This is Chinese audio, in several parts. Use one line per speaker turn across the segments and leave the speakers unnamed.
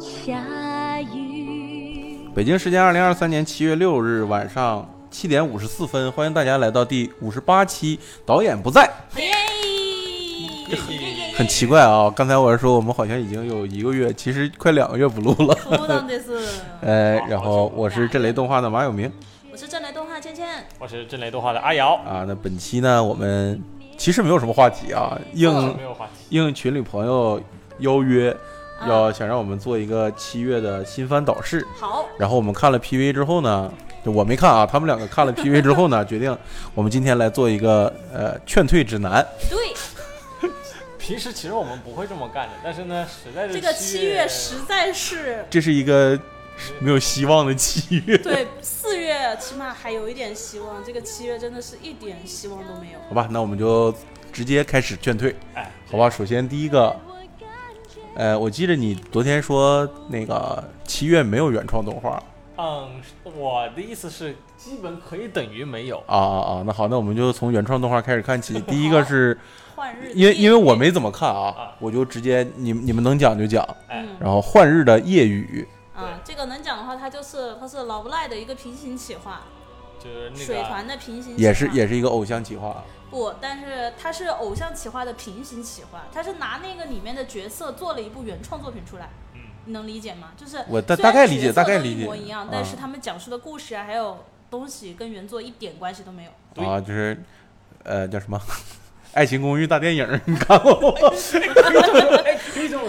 下雨。
北京时间二零二三年七月六日晚上七点五十四分，欢迎大家来到第五十八期《导演不在
耶！》。
很奇怪啊，刚才我是说我们好像已经有一个月，其实快两个月不录了。
不当的是，
呃，然后我是震雷动画的马有明
我是正来动画倩倩，
我是震雷动画的阿瑶，
啊。那本期呢，我们其实没有什么话题啊，应
没有话题，
应群里朋友邀约，
啊
要想让我们做一个七月的新番导视。
好，
然后我们看了 PV 之后呢，就我没看啊，他们两个看了 PV 之后呢，决定我们今天来做一个呃劝退指南。
对，
平时其实我们不会这么干的，但是呢，实在是
这个
七
七月实在是，
这是一个没有希望的七月，
对，四月起码还有一点希望，这个七月真的是一点希望都没有。
好吧？那我们就直接开始劝退，
哎，
好吧？首先第一个，呃，我记得你昨天说那个七月没有原创动画
嗯，我的意思是基本可以等于没有。
啊啊啊！那好，那我们就从原创动画开始看起。第一个是
换日记，
因为因为我没怎么看啊
啊，
我就直接你你们能讲就讲。
哎，
嗯
然后幻日的夜雨
啊，这个能讲的话，它就是它是老不赖的一个平行企划，
就是那
水
个
团的平行
啊
企划
也是也是一个偶像企划。啊
不，但是它是偶像企划的平行企划，它是拿那个里面的角色做了一部原创作品出来，
嗯
你能理解吗？就是
我大
虽然
大概理解
角色
大概
都
理解
一模一样
嗯，
但是他们讲述的故事啊，还有东西跟原作一点关系都没有。
对
啊，就是呃叫什么《爱情公寓》大电影，你看过吗？
哎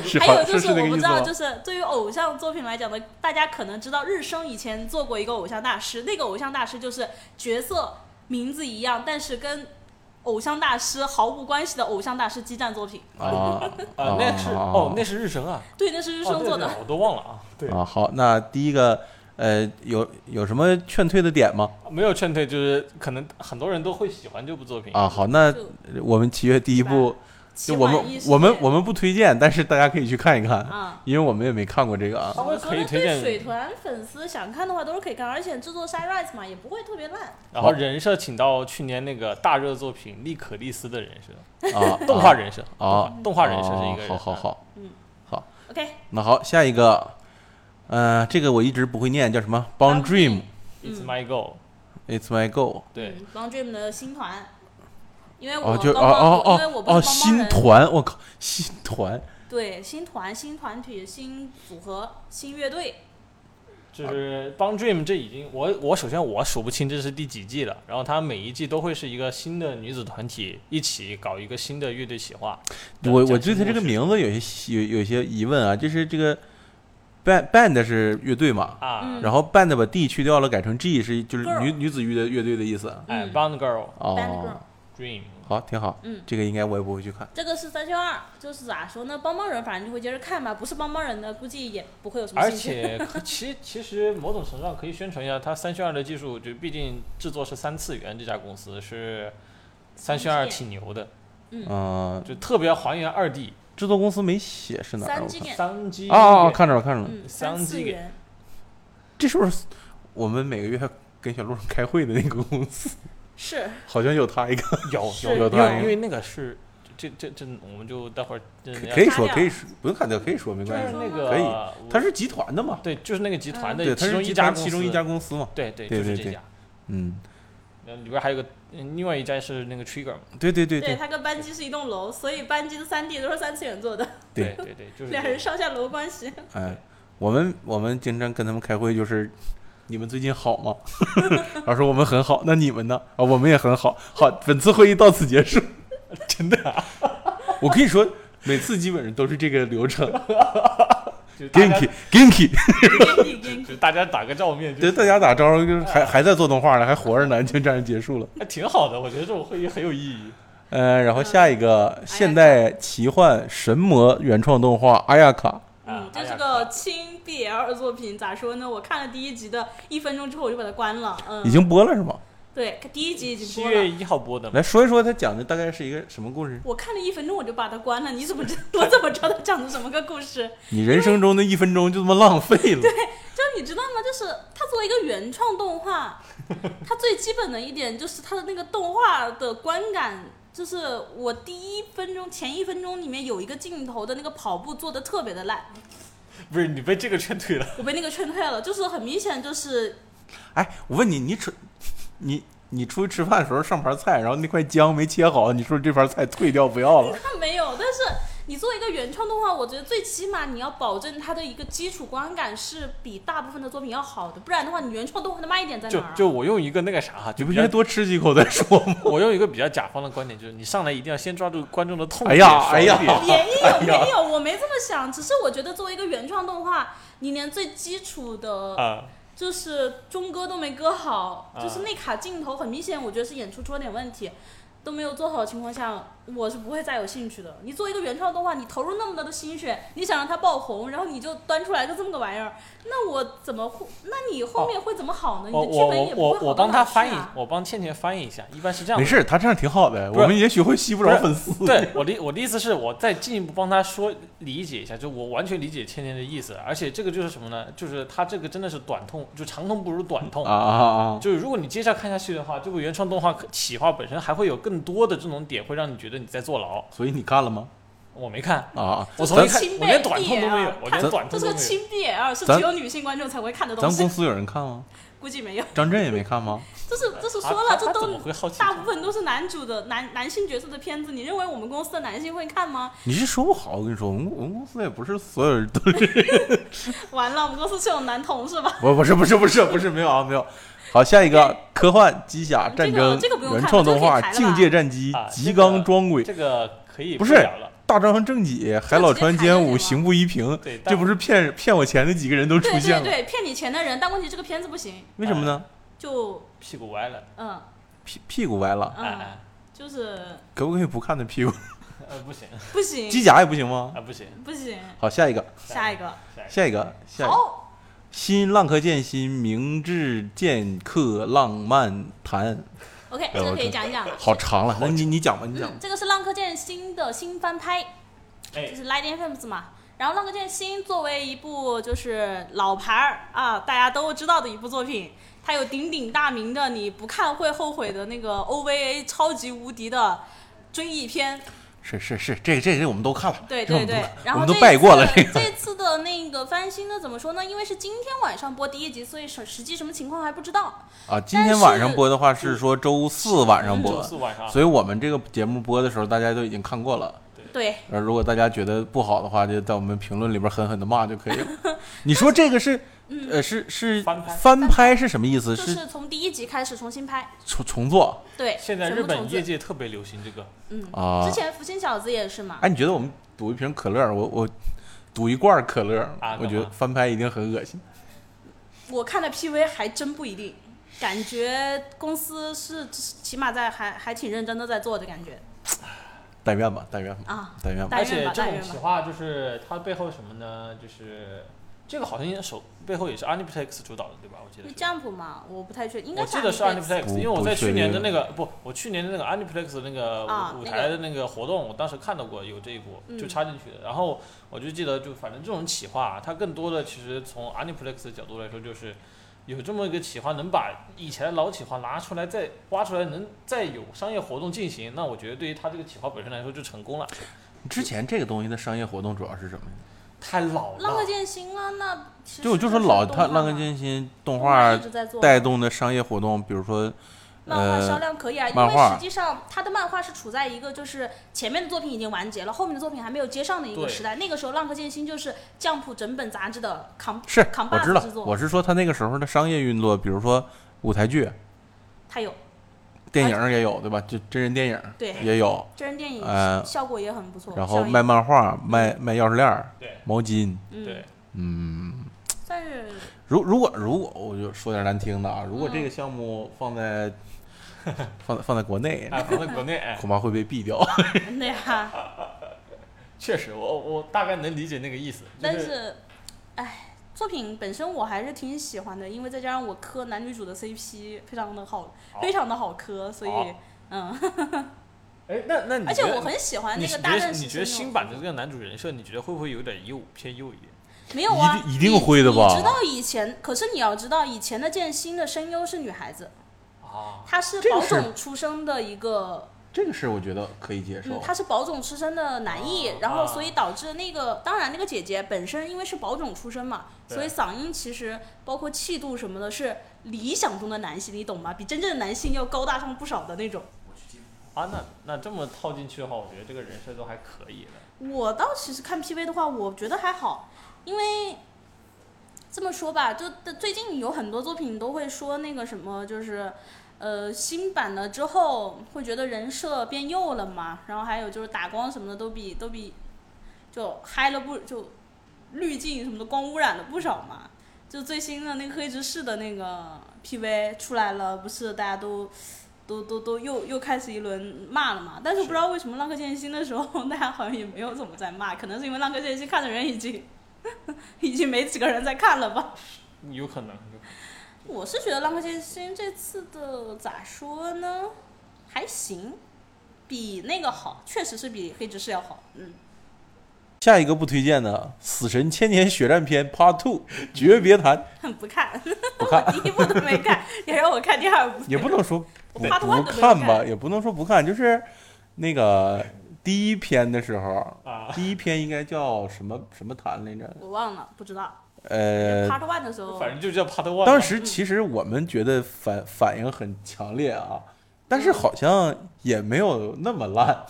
是
还有
好
就是是
是那
我
个意
不知
思
道，
吗
就？是对于偶像作品来讲的，大家可能知道日升以前做过一个偶像大师，那个偶像大师就是角色名字一样，但是跟偶像大师毫无关系的偶像大师激战作品。
啊
呃，那是
啊
哦，那是日升啊，
对，那是日
日
升做的。
我都忘了啊。对，
啊好，那第一个呃有有什么劝退的点吗？
没有劝退，就是可能很多人都会喜欢这部作品。
啊好，那
就
我们七月第一部就
奇
我
幻
们
异世
我们
界
我们不推荐，但是大家可以去看一看，
啊。
因为我们也没看过这个 啊。
稍微
我觉
可以
得
推
对水
荐，
团粉丝想看的话都是可以看，而且制作 Sunrise 嘛也不会特别烂。
然后人设请到去年那个大热作品《利可利斯》的人设，
啊，
动画
人
人设
啊，
动画人设是一个
啊
人，
好好好，
OK，
那好，下一个，呃，这个我一直不会念，叫什么 b o n Dream。
，It's my goal。
It's my goal。
对，
嗯，Long Dream 的新团，因为我
哦，就
刚
哦
刚
哦
因为我
哦
不是
哦，
帮帮
新
人
团，我靠，新团
对新团、新团体、新组合、新乐队，
就是《帮 Dream》这已经我我首先我数不清这是第几季了，然后它每一季都会是一个新的女子团体一起搞一个新的乐队企划。
我我
讲
对
清
他这
故
个
事
名字有些有有些疑问啊，就是这个 band band 是乐队嘛，
啊，
嗯
然后 band 把 d 去掉了，改成 g 是就是
Girl
女女子乐队乐队的意思。
哎
嗯
，Band Girl
哦
Girl，
Dream，
好，挺好，
嗯
这个应该我也不会去看。
这个是三休二，就是咋说呢？帮帮人反正就会接着看吧，不是帮帮人的估计也不会有什么
而
兴趣。
且可其其实某种程度上可以宣传一下它三宣二的技术，就毕竟制作是三次元这家公司是三宣二挺牛的，
嗯，
就特别还原二 D
制作公司没写是哪儿？
三
我
G
看
点，
三 G
啊啊啊，看着了看着了，
嗯，
三
三次
G
元，
这是不是我们每个月跟小路上开会的那个公司？
是
好像有他一个，
有
是
有
有因为
有
因为那个是这这这我们就待会儿真的要
可以
掐
说
掉
可以说不用砍掉，可以说没
就
关系
是。那个
可以
我
他是集团的嘛？
对，就是那个
嗯
集团
对，
的
他
其
是
中
集
一
团
家公司，
其中一家公司嘛。
对对，
对
就是
对
这
对
家。
嗯，
呃里边还有个嗯另外一家是那个 Trigger 嘛，
对对对
对，它跟班机是一栋楼，所以班机的三 D 都是三次元做的，
对
对，对对，就是
两
这
人
个
上下楼 关系。
哎，我们我们经常跟他们开会，就是你们最近好吗？ 然后说我们很好，那你们呢？啊，我们也很好。好，本次会议到此结束。 真的、啊， 我可以说每次基本上都是这个流程。
就是大家
Ginky Ginky，
给你给你
就是大家打个照面，就
对
是
大家打招呼，就是还还在做动画呢，还活着呢，就这样结束了。
还挺好的，我觉得这种会议很有意义。
呃，然后下一个现代奇幻神魔原创动画《阿亚卡》。
啊
嗯，这
哎
是
呀
个轻 BL 的作品，咋说呢？我看了第一集的一分钟之后，我就把它关了。
已
嗯，
经播了是吗？
对，第一集已经
七
播
月
了。
一号播的嘛，
来说一说它讲的大概是一个什么故事？
我看了一分钟我就把它关了，你怎么知我怎么知道它讲的什么个故事？
你人生中的一分钟就这么浪费了。
就你知道吗？就是它作为一个原创动画， 它最基本的一点就是它的那个动画的观感，就是我第一分钟前一分钟里面有一个镜头的那个跑步做的特别的烂，
不是你被这个劝退了，
我被那个劝退了，就是很明显就是
哎，我问你，你吃你你出去吃饭的时候上盘菜，然后那块姜没切好，你说这盘菜退掉不要了？
他没有，但是你作为一个原创动画，我觉得最起码你要保证它的一个基础观感是比大部分的作品要好的，不然的话，你原创动画的卖点在哪
就
儿啊？
就我用一个那个啥哈，
你
就
不应
比较
该多吃几口再说吗？
我用一个比较甲方的观点，就是你上来一定要先抓住观众的痛
哎
点。
呀
爽
哎呀
点
也有没有，我没这么想，只是我觉得作为一个原创动画，你连最基础的
啊！
就是中歌都没歌好，
啊
就是那卡镜头很明显，我觉得是演出出了点问题。都没有做好的情况下，我是不会再有兴趣的。你作为一个原创动画，你投入那么多的心血，你想让它爆红，然后你就端出来个这么个玩意儿，那我怎么会？那你后面会怎么好呢？
我
你的剧
哦我
本
我
也不
我
会好
我
到
帮他
哪去
翻译
啊，。
我帮倩倩翻译一下，一般是这样
没
的。
事儿，他这样挺好的，
不是
我们也许会吸不着
不
粉丝。
对我的我的意思是我再进一步帮他说理解一下，就我完全理解倩倩的意思，而且这个就是什么呢？就是他这个真的是短痛，就长痛不如短痛
啊。啊啊！
就是如果你接着看下去的话，这部原创动画可企划本身还会有更多的这种点，会让你觉得你在坐牢。
所以你看了吗？
我没看，
啊，
我从一
这
看
是亲，
我连
妹
短痛都没有，我
弟啊
连短
这是
痛都
个
没有。
轻 BL，是啊
咱
只有女性观众才会看的
咱
东
们公
西，
司有人看吗？
估计没有。
张震也没看吗？
这是这是
哎他
说了，
他
这
他怎
都
么会好奇这
大
个？
部分都是男主的男男性角色的片子，你认为我们公司的男性会看吗？
你这说不好，我跟你说，我们我们公司也不是所有人都
完了，我们公司是有男同事吧？
不不是不是不是不是没有啊没有。好，下一个科幻、机甲、
哎啊这
战
个
争、
这个不用
原
看
创
这
动
个可以
画、
裁了
境
吧
界战机
啊、
吉冈装鬼、
这个可以
不是
了了。
大张正己、海老川兼武、刑部一平，
对，
这不
是
是骗骗我钱的几个人都 出
对对
现了？
对，骗你钱的人，但问题这个片子不行，
为什么呢？
就
屁股歪了。
嗯
屁屁股歪了，
哎
嗯，
哎，
就是
可不可以不看那屁股？
呃，不行
不行
机甲也不行吗？
啊，不行，
不行，
好，下一个，
下一个
下
下一个
一个，下一个。
好。
新浪客剑心，明智剑客浪漫谈，
OK，
哎
这个可以
我
讲一讲。
好长了。那你你讲吧，你讲吧。
这个是《浪客剑心》的新翻拍，就
哎，
是 Light Films 嘛。然后《浪客剑心》作为一部就是老牌儿啊，大家都知道的一部作品，它有鼎鼎大名的你不看会后悔的那个 OVA 超级无敌的追忆片，
是是是，这个这个这个我们都看了，
嗯对
这个
对对。然
我
后
们都看了我们
这一
都
次
拜过了这个。
这次的那个翻新呢，怎么说呢？因为是今天晚上播第一集，所以实实际什么情况还不知道。
啊，今天晚上播的话
嗯
是说周四晚上
嗯周
播，啊
四晚上
所以我们这个节目播的时候大家都已经看过了。
对，
呃，如果大家觉得不好的话，就在我们评论里边狠狠的骂就可以了。 你说这个是，呃，是是
翻拍
翻拍是什么意思？
嗯就是是从第一集开始重新拍。
重重做
对，
现在
全
日
部重
本
置
业界特别流行这个，
嗯，
啊
之？前《福星小子》也是嘛。
哎，你觉得我们赌一瓶可乐，我我赌一罐可乐，
啊
我觉
干
得
嘛
翻拍一定很恶心。
我看的 PV 还真不一定，感觉公司是起码在还还挺认真的在做的感觉
但愿吧，但愿吧，
啊。
但愿吧。
但但
而
愿
且
吧
这
但
种
愿吧
企划就是它背后什么呢？就是这个好像也手背后也是 Aniplex 主导的，对吧？我记得
因为
是。
Jump 嘛，我不太确定，应该
我记得是
Aniplex
Aniplex，
不
因为我在
不确
去年的
定
那个不，我去年的那个 Aniplex 那个舞,、
啊
舞
那个
台的那个活动，我当时看到过有这一部，就
嗯
插进去的。然后我就记得，就反正这种企划啊，它更多的其实从 Aniplex 的角度来说，就是有这么一个企划，能把以前的老企划拿出来再挖出来，能再有商业活动进行，那我觉得对于它这个企划本身来说就成功了。
之前这个东西的商业活动主要是什么呀？
太老
浪客
了，
剑心啊，那其实
就就是老
动
他
画
浪客
嘛
剑心动
动
画
一直在做
带动的商业活动，比如说
漫画销
呃
量可以啊，因
漫
为
画
实际上它的漫画是处在一个就是前面的作品已经完结了，后面的作品还没有接上的一个
对
时代。那个时候，《浪客剑心》就是 Jump 整本杂志的扛
是
扛
我
把
知
子
道
制，
我
作，
是说他那个时候的商业运作，比如说舞台剧、
它有
电影儿也有，对吧？就真人电影儿
啊对
也有，
真人电影，
呃
效果也很不错。
然后
效益
卖漫画、卖卖钥匙链儿、
对
毛巾，
嗯
对，
嗯。
算是
如如果如果我就说点难听的啊，如果这
嗯
个项目放在、放在放在国内，
哎，放在国内，哎，
恐怕会被毙 掉。
对 啊，
确实，我我大概能理解那个意思。就
但是，哎，作品本身我还是挺喜欢的，因为再加上我磕男女主的 CP 非常的好，
好
非常的好磕，所以
好
嗯，
哎，那哦那你
而且
觉得
我很喜欢
你
那
是
个
觉
大
得
战
你
时
觉得
期
新版的这个男主人设，你觉得会不会有点右偏右一点？
没有啊，
一定一定会的吧
你你知道以前，可是你要知道以前的剑心的声优是女孩子，
啊，
她是
这个
宝
是
冢出生的一个
这个事儿我觉得可以接受
嗯，。他是保种出身的男艺，
哦
然后
啊
所以导致那个，当然那个姐姐本身因为是保种出身嘛，
对
所以嗓音其实包括气度什么的，是理想中的男性，你懂吗？比真正的男性要高大上不少的那种。
啊，那那这么套进去的话，我觉得这个人设都还可以的。
我倒其实看 PV 的话，我觉得还好，因为这么说吧，就最近有很多作品都会说那个什么，就是呃新版了之后会觉得人设变幼了嘛，然后还有就是打光什么的都比都比就嗨了不就滤镜什么的光污染了不少嘛。就最新的那个黑执事的那个 PV 出来了，不是大家都都都都又又开始一轮骂了嘛？但是不知道为什么《浪客剑心》的时候，大家好像也没有怎么在骂，可能是因为《浪客剑心》看的人已经 已经没几个人在看了吧。
有可能，有
我是觉得《浪客剑心》这次的咋说呢，还行，比那个好，确实是比黑执事要好。嗯，
下一个不推荐的《死神千年血战篇 Part Two》，绝别谈，
不看，
不看
第一部都没 看，也让我看第二部。
也 不能说不
我 Part One
不
都没
看吧，
看
也不能说不看，就是那个第一篇的时候，
啊，
第一篇应该叫什么什么谈来着？
我忘了，不知道。
呃，
Part One 的时候，
反正就叫 Part One 嘛。
当时其实我们觉得反反应很强烈啊，但是好像也没有那么烂，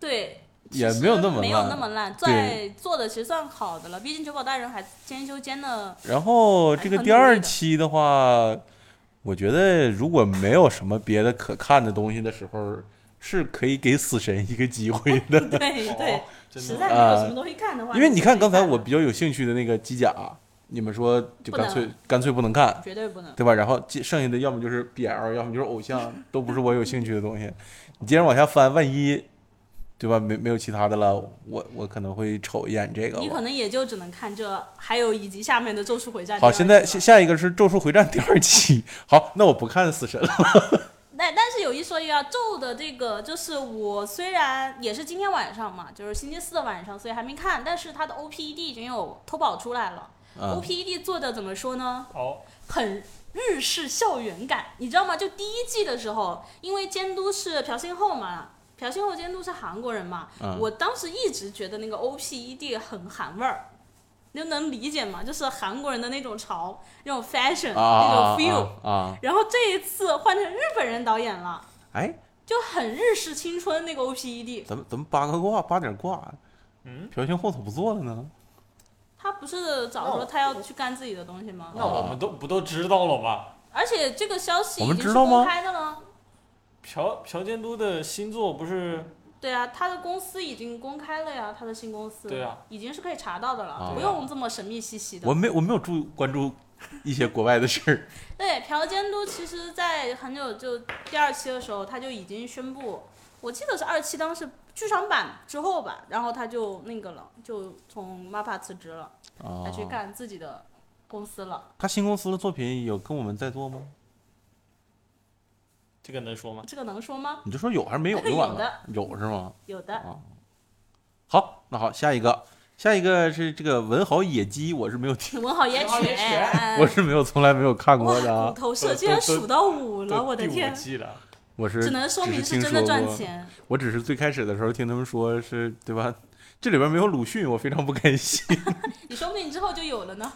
对，
也
其实
没有那么
没有
烂
那么烂，
对
在做的其实算好的了。毕竟九保大人还兼修兼 了，
然后这个第二期的话，我觉得如果没有什么别的可看的东西的时候，是可以给死神一个机会的。
对
哦
对，实
真
在
的
没有什么东西看的话，
呃因为你看刚才
就没
我
看
比较有兴趣的那个机甲，啊你们说就干脆干脆不能看
了，绝对不能。
对吧？然后接剩下的要么就是 BL，要么就是偶像，都不是我有兴趣的东西。你接着往下翻，万一对吧？没没有其他的了，我我可能会瞅一眼这个吧。
你可能也就只能看这，还有以及下面的《咒术回战》第
好，
二季
现
了。
在下下一个是《咒术回战》第二期。 好，那我不看死神了。
但但是有一说一啊，咒的这个就是我虽然也是今天晚上嘛，就是星期四的晚上，所以还没看，但是它的 OPED 已经有偷宝出来了。
嗯
OPED 做的怎么说呢？
哦，
很日式校园感，你知道吗？就第一季的时候，因为监督是朴信厚嘛，朴信厚监督是韩国人嘛，
嗯
我当时一直觉得那个 OPED 很韩味儿，你就能理解吗？就是韩国人的那种潮，那种 fashion，、那种 feel。
啊啊！
然后这一次换成日本人导演了，
哎，
就很日式青春那个 E OPED，
咱们咱们八个卦八点卦，
嗯，
朴信厚怎么做的呢？
他不是早说他要去干自己的东西吗？
那我们都不都知道了吗？
而且这个消息
我
已
们
经是
知道吗
公开的了。
朴朴监督的新作不是
对啊，他的公司已经公开了呀，他的新公司。
对啊，
已经是可以查到的了，
啊
不用这么神秘兮兮的。
我没我没有注关注一些国外的事儿。
对，朴监督其实，在很久就第二期的时候，他就已经宣布，我记得是二期当时剧场版之后吧，然后他就那个了，就从 MAPPA 辞职了，
啊
他去干自己的公司了。
他新公司的作品有跟我们在做吗？
这个能说吗？
这个能说吗？
你就说有还是没有就完
有
了
的。
有是吗？
有的，
啊，好，那好，下一个，下一个是这个文豪野鸡，我是没有听，
文豪野
文豪野犬
犬，
我是没有从来没有看过的
嗯哇，
啊
骨。头社
都
竟然
呃都都
数到五了，
都
我的
第五
天！
季了，
我是
只能说明
是
真的赚
听说过。
钱。
我只是最开始的时候听他们说是对吧？这里边没有鲁迅，我非常不开心。
你说不定之后就有了呢，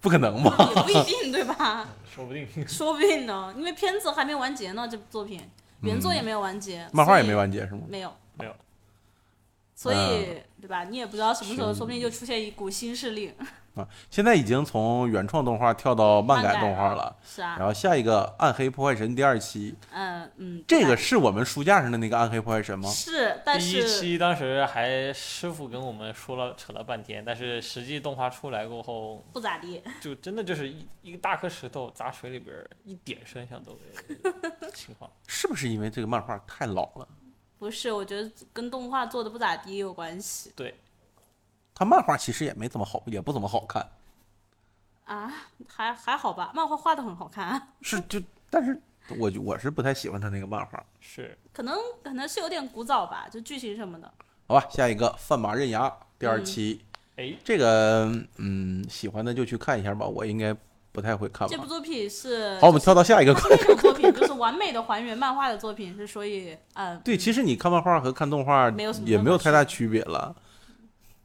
不可能吧？
也 不一定，对吧？
说不定
说不定呢，因为片子还没完结呢，这部作品原作也没有完结，
嗯漫画也没
所以
完结是吗？
没有
没有，
所以、
嗯
对吧？你也不知道什么时候，
是
说不定就出现一股新势力，
啊，现在已经从原创动画跳到漫改动画了。
是啊，
然后下一个《暗黑破坏神》第二期，
嗯嗯，
这个
对
是我们书架上的那个《暗黑破坏神》
吧
吗？
是，但
第一
是
期当时还师傅跟我们说了扯了半天，但是实际动画出来过后，
不咋地，
就真的就是一一个大颗石头砸水里边儿，一点声响都没有的情况。
是不是因为这个漫画太老了？
不是，我觉得跟动画做的不咋地有关系
它漫画其实也没怎么好，也不怎么好看。
啊，还还好吧，漫画画的很好看啊，
是就，但是我就我是不太喜欢他那个漫画。
是
可能可能是有点古早吧，就剧情什么的，
好吧，下一个《范马刃牙》第二期，
哎，
这个嗯，喜欢的就去看一下吧。我应该不太会看
这部
吧。
作品是
好，我们跳到下一个。
它是一个作品，就是完美的还原漫画的作品，是所以嗯，
对，其实你看漫画和看动画
没有什么
也没有太
任
大
何
区别了。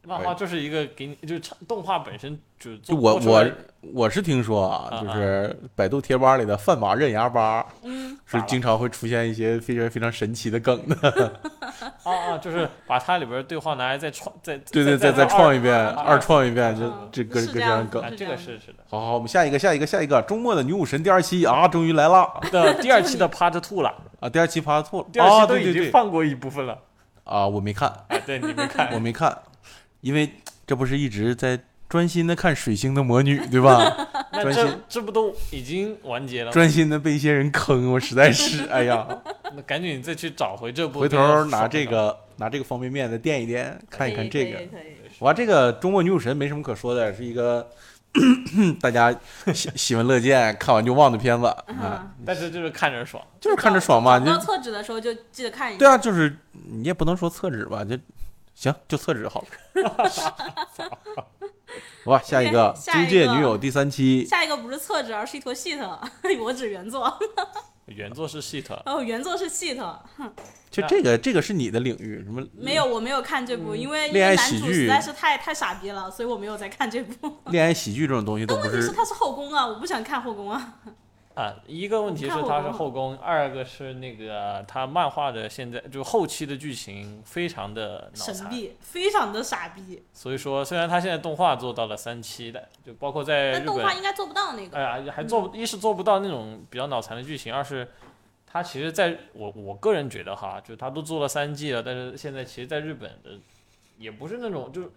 漫画就是一个给你，就是唱动画本身就
哎就
做
我
做出来
我我是听说啊，
啊
就是百度贴吧里的“饭马刃牙吧”
嗯，
是经常会出现一些非常非常神奇的梗的。
啊啊，就是把它里边对话拿来再创再
对对，
再
再创一
遍。
遍，
二
二创一遍，就
哦嗯
这各
是
各
这
这
样
样
子
梗
啊，
是
这
这
个
样
是是的。
好好，好我们下一个，下一个，下一个，周末的女武神第二期啊，终于来了
的第二期的 Part Two 了，哦
啊！第二期 Part Two
第二
啊，
期都
对
哦已
对
经
对
放过一部分了。
啊，我没看，
啊，对，你 没看
我没看，因为这不是一直在专心的看《水星的魔女》对吧？
那
专
这
心
这不都已经完结了吗？
专心的被一些人坑，我实在是，哎呀，
那赶紧再去找回这部，
回
比较
头
爽
拿
的
这个拿这个方便面再垫一垫，看一看这个
可以。可以可以
哇，这个周末女武神没什么可说的，是一个 大家喜喜闻乐见、看完就忘的片子啊，
嗯
但是就是看着爽。
就是啊看着爽嘛，
找
你
到厕纸的时候就记得看一眼。
对啊，就是你也不能说厕纸吧，就行，就厕纸好了。好吧，下一个
OK，
《
下一
租借
个
女友》第三期，
下一个不是厕纸，而是一坨 sheet，我 指原作，
原作是 shit，
然后原作是 sheet，
就这个这个是你的领域，什么
没有我没有看这部，因为因
嗯恋爱
为
喜
男主
剧
实在是太太傻逼了，所以我没有在看这部。
恋爱喜剧这种东西都不
问题 是
是
它是后宫啊，我不想看后宫啊。
啊，一个问题是
我看后
它是
宫
后宫，二个是那个它漫画的现在就后期的剧情非常的脑
神
残，
秘，非常的傻逼。
所以说虽然它现在动画做到了三期的，就包括在
但
日
动画
本，
应该做不到那个。
哎呀还做不一是做不到那种比较脑残的剧情，二是它其实在我我个人觉得哈，就它都做了三季了，但是现在其实在日本的也不是那种就是。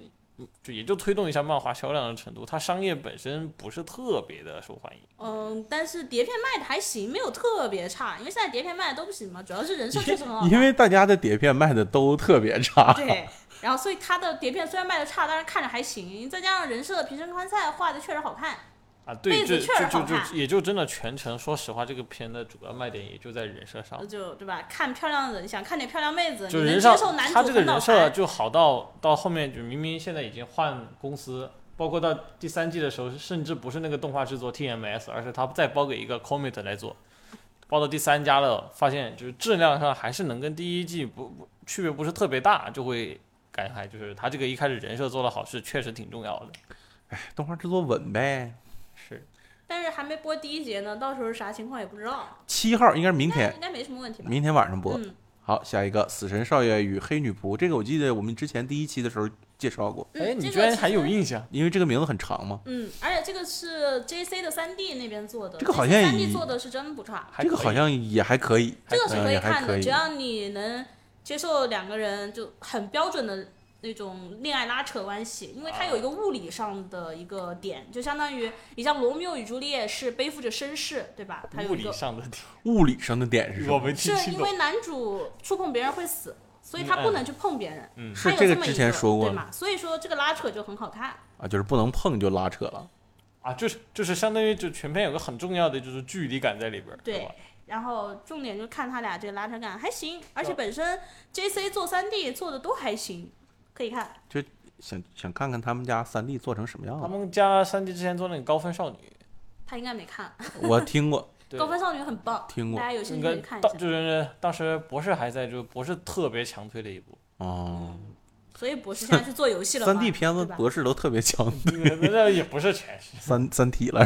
就也就推动一下漫画销量的程度，它商业本身不是特别的受欢迎。
嗯，但是碟片卖的还行，没有特别差，因为现在碟片卖的都不行嘛，主要是人设确实很好 看。
因为大家的碟片卖的都特别差，
对，然后所以它的碟片虽然卖的差，但是看着还行，再加上人设平身宽菜画的确实好看。
啊，
被
对，
子
这
确实
就就
好
就
看
也就真的全程，说实话，这个片的主要卖点也就在人设上，
就对吧？看漂亮的，想看点漂亮妹子，
就
你能
人设
接受，男主
他这个
很脑
人设
残
就好到到后面，就明明现在已经换公司，包括到第三季的时候，甚至不是那个动画制作 TMS，而是他再包给一个 Comet 来做，包到第三家了，发现就是质量上还是能跟第一季不不区别不是特别大，就会感慨就是他这个一开始人设做的好是确实挺重要的，
动画制作稳呗。
是
但是还没播第一节呢，到时候啥情况也不知道。
七号应该是明
应该
天，
应该没什么问题吧？
明天晚上哎播。
嗯
好，下一个《死神少爷与黑女仆》，这个我记得我们之前第一期的时候介绍过，
嗯
哎，你
这
居
个
然
其
还有
实
印象，
因为这个名字很长嘛。
嗯，而且这个是 JC 的三 D 那边做的，
这个好像
三 D
已
做的是真不差，
还
这个
可以
好像也还可以，
这个是
嗯
可以
也还
看
可
的，
以
只要你能接受两个人就很标准的那种恋爱拉扯关系，因为它有一个物理上的一个点，就相当于你像罗密欧与朱丽叶是背负着身世，对吧？它有
物
一
理
个
上的地
物理上的点是什
我
么？
没听
是
清
因
楚。
为男主触碰别人会死，所以他不能去碰别人。
嗯
他
是
有
这
这
个
么一
之前说过
对嘛？所以说这个拉扯就很好看。
啊，就是不能碰就拉扯了。
啊，就是就是相当于就全片有个很重要的就是距离感在里边儿，
对
是吧？
然后重点就看他俩这个拉扯感还行，而且本身 J C 做三 D 做的都还行，可以看。
想想看看他们家三 D 做成什么样
他
了。
们家三弟之前做那个高分少女，
他应该没看
我听过，
《
对
高分少女》很棒，
听过
大家有兴
应
趣可
该
以看一下
当。就是当时博士还在，就是博士特别强推的一部，
哦，
所以博士现在去做游戏了嘛
三 D 片子
对吧
博士都特别强，
那那也不是全是。
三三体了。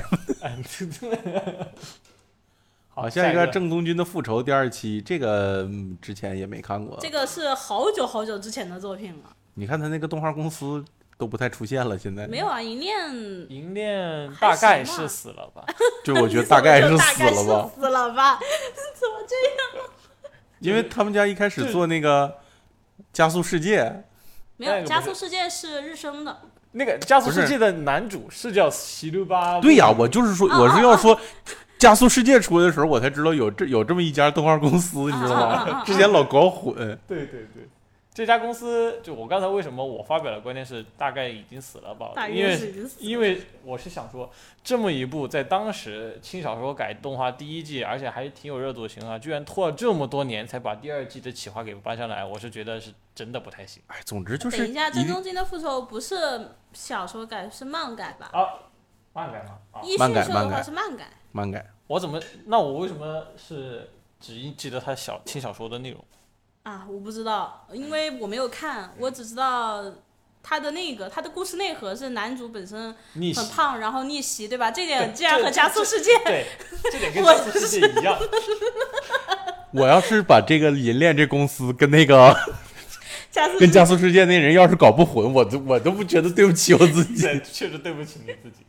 好，下
一
一个正宗军的复仇第二期，这个嗯之前也没看过。
这个是好久好久之前的作品了，
你看他那个动画公司都不太出现了，现在
没有啊？银恋
银链
还
大概
行吧
是死了吧，
就 我觉得大概是
你怎么
死
就大概
了
是
吧，
死了吧？怎么这
因为他们家一开始做那个加速世界，
没
那个
有？
不
加
是
速世界是日升的，
那个加速
不是
世界的男主是叫席鲁巴，
对呀、我就是
哦
说，我是要说，加速世界出来的时候，我才知道有这有这么一家动画公 司，你知道
啊啊啊
吗？
啊
之前老搞混，
对对对，这家公司就我刚才为什么我发表的观点是大概已经死了吧，
啊大
因为
约是已经死了
因为我是想说，这么一部在当时轻小说改动画第一季，而且还挺有热度的情况，居然拖了这么多年才把第二季的企划给搬上来，我是觉得是真的不太行
哎，总之就是
等一下，
一
正
定
宗君的复仇不是小说改，是漫改吧？
啊。漫改吗？啊，
一迅
漫改
秀
漫
的话
改
是漫改，
漫改，
我怎么？那我为什么是只记得他小轻小说的内容？
啊，我不知道，因为我没有看，我只知道他的那个他的故事内核是男主本身
逆袭
很胖，然后逆袭，对吧？这
对
点竟然
这
和加速世界
对，这点跟
我
加速世界 一样。
我要是把这个银链这公司跟那个
加速世
跟
界
加速世界那人要是搞不混，我都我都不觉得对不起我自 己。
对，确实对不起你自己，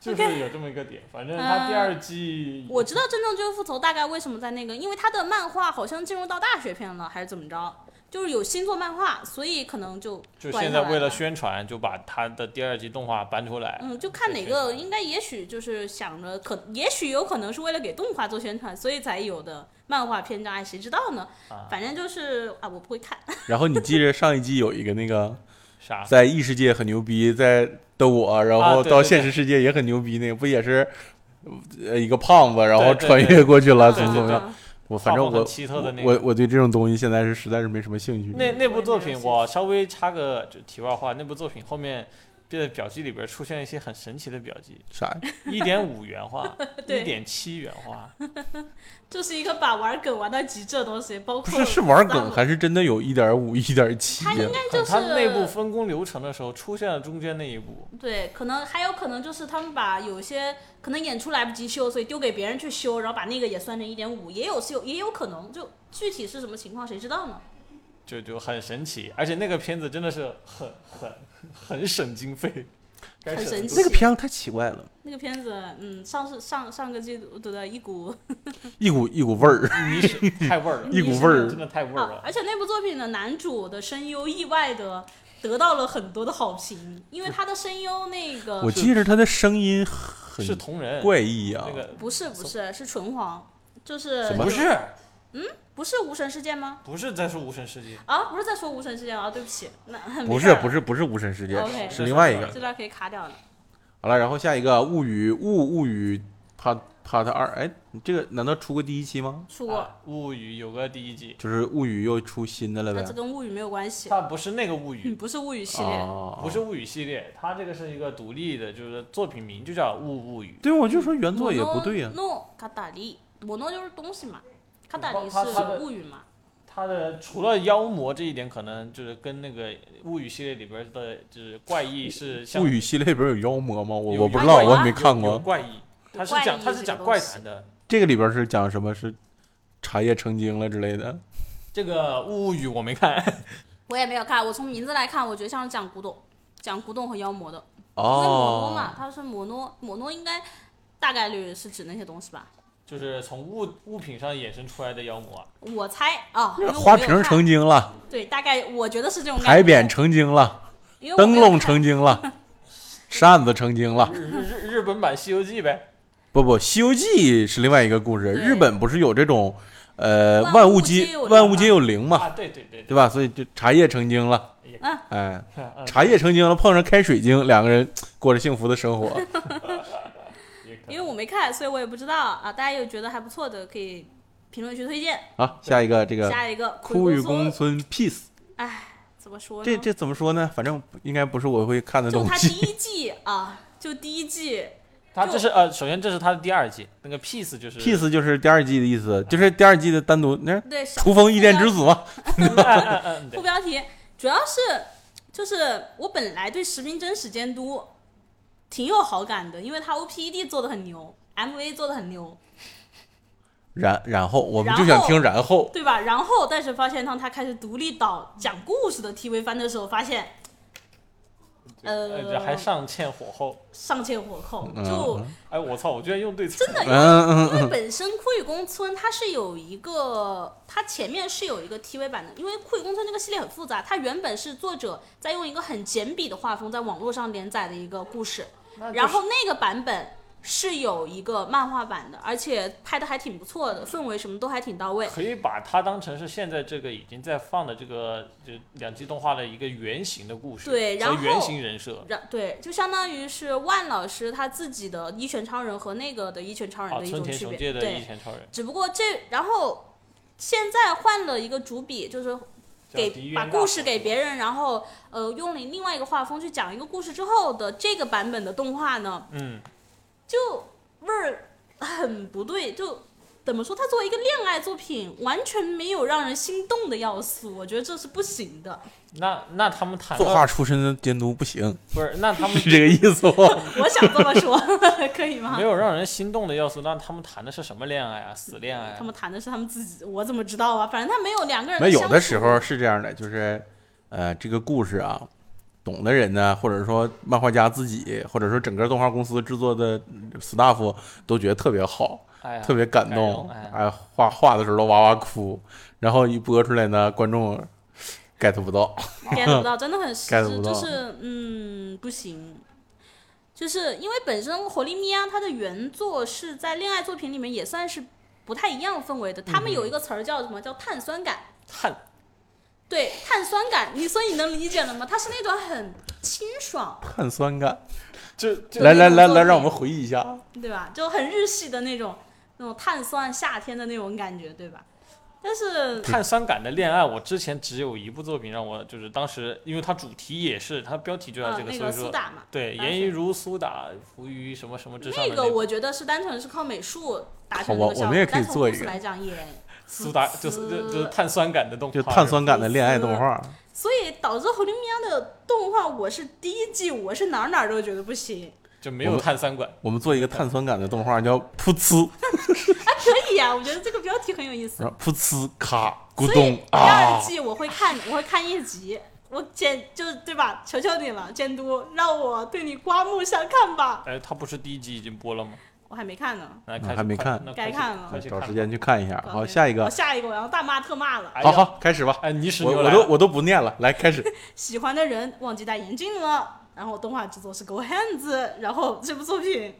就是有这么一个点。反正他第二季，
嗯我知道《真正追复仇》大概为什么在那个，因为他的漫画好像进入到大学篇了，还是怎么着？就是有新作漫画，所以可能就
就
管
现
下
在
来
为了
了
宣传，就把他的第二季动画搬出来。
嗯，就看哪个，应该也许就是想着可，也许有可能是为了给动画做宣传，所以才有的漫画篇章，哎，谁知道呢？
啊
反正就是啊，我不会看，
然后你记着上一季有一个那个
啥？
在异世界很牛逼，在的我，然后
啊对对
到
对
现实世界也很牛逼，那个不也是呃一个胖子，然后
对对
穿越过去了，
对
怎
对
么怎么
对
样？
嗯
我反正
画风
我
很奇特的那
我
个
我对这种东西现在是实在是没什么兴趣。
那那部作
我
品
也没有，兴趣
我稍微插个就题外话，那部作品后面。的表记里边出现了一些很神奇的表记，
啥 呀？
一点五原画，
对
一点七原画，
就是一个把玩梗玩到极致的东西，包
不
括
是是玩
萨
梗
姆
还是真的有一点五、一点七啊
他应该就是
它内部分工流程的时候出现了中间那一步，
对，可能还有可能就是他们把有些可能演出来不及修，所以丢给别人去修，然后把那个也算成一点五，也有是有也有可能，就具体是什么情况谁知道呢？
就就很神奇，而且那个片子真的是很很很省经费，该
很
省
神
的
奇
那个片子太奇怪了，
那个片子，嗯，上是上上个季度的一股
一股一股味儿。
泥水太味儿 了，
一股味儿
真的太味儿
啊，
了。
而且那部作品的男主的声优意外的得到了很多的好评，因为他的声优那个
嗯
我记着他的声音很
是同人，
怪异啊
那，个
不是不是是纯黄，就是
什么
不是
不是无神事件吗？
不是在说无神世界，
啊，不是在说无神事件啊，对不起，那
不是不是不是无神世界
哦
OK，
是另外一
是
个。
这段可以卡掉了。
好了，然后下一个物语物物语 Part Part 二，哎，你这个难道出过第一期吗？
出过，
啊物语有个第一季，
就是物语又出新的了
那
呗
啊
这？跟物语没有关系，
它不是那个物
嗯，
语，
不是物语系列。
啊，
不是。物语系列，它这个是一个独立的，就是作品名就叫物物语。
对，我就说原作也不对啊呀、
诺卡达利，莫诺就是东西嘛，卡达
它
利
它它的
是物语嘛。
它的除了妖魔这一点，可能就是跟那个物语系列里边的，就是怪异是像
物语系列里边有妖魔吗？我
有
我不知
有
道，
有
我
啊
也没看
有
过。
怪异，它是
怪
讲
异
它
这
是
个
讲
东
怪
西
谈的。
这个里边是讲什么？是茶叶成精了之类的？
这个物物语我没看，
我也没有看，我从名字来看，我觉得像是讲古董，讲古董和妖魔的。因为摩诺嘛
哦，，
它是摩诺，摩诺应该大概率是指那些东西吧。
就是从物物品上衍生出来的妖魔啊。
我猜啊，因为我没有
花瓶
看
成精了，
对，大概我觉得是这种
牌
感
匾
觉。
成精了，
因为我
灯
没有
笼
看
成精 了，扇子成精了。
日日日本版《西游记》呗，
不不，《西游记》是另外一个故事。
对
日本不是有这种，呃，万
万
物
物
皆
皆有灵
万物
嘛
皆有灵嘛，
啊，对对对
对吧？所以就茶叶成精了
也，
嗯
哎，
对，啊
茶叶成精了，碰上开水精，两个人过着幸福的生 活。
也可
因
能
为我没看，所以我也不知道啊。大家有觉得还不错的，可以评论区推荐。
好，下一个这个
下一个
枯与
宫
宫
缩
村 peace，
怎么说呢？
这这怎么说呢？反正应该不是我会看的
就
东
他第
西。
一季啊，就第一季，
它这是呃，首先这是它的第二季，那个 peace 就是
peace 就是第二季的意思，就是第二季的单独那
对，小
雏风一念之子嘛。
嗯嗯
副
对，
标题主要是就是我本来对石冰真史监督挺有好感的，因为他 OPED 做的很牛，MV 做的很牛，
然然后我们就想听然后，
对吧？然后但是发现当他开始独立导讲故事的 TV 番的时候，发现
呃，这还上欠火候，
尚且火候，
嗯
就
哎，我操，我居然用对词，真的，
嗯嗯
因为本身《酷雨宫村》它是有一个，它前面是有一个 TV 版的，因为《酷雨宫村》这个系列很复杂，它原本是作者在用一个很简笔的画风在网络上连载的一个故事，
啊
然后那个版本是有一个漫画版的，而且拍的还挺不错的，氛围什么都还挺到位。
可以把它当成是现在这个已经在放的这个就两季动画的一个原型的故事，
对然
和
后
原型人设
然对，就相当于是万老师他自己的《一拳超人》和那个的《一拳超人》
啊，
的一
村
种
田
区
雄
别。
介的
对
一，拳超人，
只不过这然后现在换了一个主笔，就是
叫迪
给
渊
把
大
故事
佛
给别人，然后呃用了另外一个画风去讲一个故事之后的这个版本的动画呢，
嗯，
就味儿很不对，就怎么说？它作为一个恋爱作品，完全没有让人心动的要素，我觉得这是不行 的。
那那他们谈
作
到
画出身的监督不行，
不是那他们
是这个意思吗？
我想这么说， 可以吗
没？有让人心动的要素，那他们谈的是什么恋爱啊？死恋爱、啊？
他们谈的是他们自己，我怎么知道啊？反正他没有两个人
那有
相
的
处
时候是这样的，就是呃，这个故事啊，懂的人呢，或者说漫画家自己，或者说整个动画公司制作的 staff 都觉得特别好，
哎呀，
特别感动，
哎呀
哎，画画的时候都哇哇哭，然后一播出来呢，观众 get 不到，
get 不到，真的很 实
get 不，
啊
到
就是嗯，不行。就是因为本身《火力咪呀》它的原作是在恋爱作品里面也算是不太一样氛围的，他们有一个词儿叫什么叫碳酸感，
碳
对，碳酸感，你所以你能理解了吗？它是那种很清爽，
碳酸感。
就就
来来来
那种作
来，
品
让我们回忆一下，
对吧？就很日系的那种那种碳酸夏天的那种感觉，对吧？但是
碳酸感的恋爱，我之前只有一部作品让我就是当时，因为它主题也是它标题就叫
呃
啊这，个，
那
所以
个
说
苏打嘛，
对
当时
严一如苏打浮于什么什么之上的
那个我觉得是单纯是靠美术达成
好
的
吧
效果，
我们也可以
单从
做一
故事
个
来讲也
苏打就是就就是碳酸感的动画，
就碳酸感的恋爱动画，
所以导致《狐狸咪呀》的动画，我是第一季，我是哪儿哪儿都觉得不行。
就没有碳酸感。
我们做一个碳酸感的动画，叫噗呲，
可以呀、啊我觉得这个标题很有意思。
然后噗呲咔咕
所以
咚
第二
啊，
季我会看，我会看一集。我监就是对吧？求求你了，监督，让我对你刮目相看吧。
哎，它不是第一季已经播了吗？
我还没看呢，
那
嗯
开始
还没
快
看
那
该
开始
看了
快去
找
看
时
吧。
间去看一下。
搞
好，
定
下一
我
个，
哦下一个我要大骂特骂了。
哎呀
好好开始吧，
哎，你使
我
牛
我
来
都
了
我都不念了，来开始。
喜欢的人忘记戴眼镜了，然后动画制作是狗汉子，然后这部作品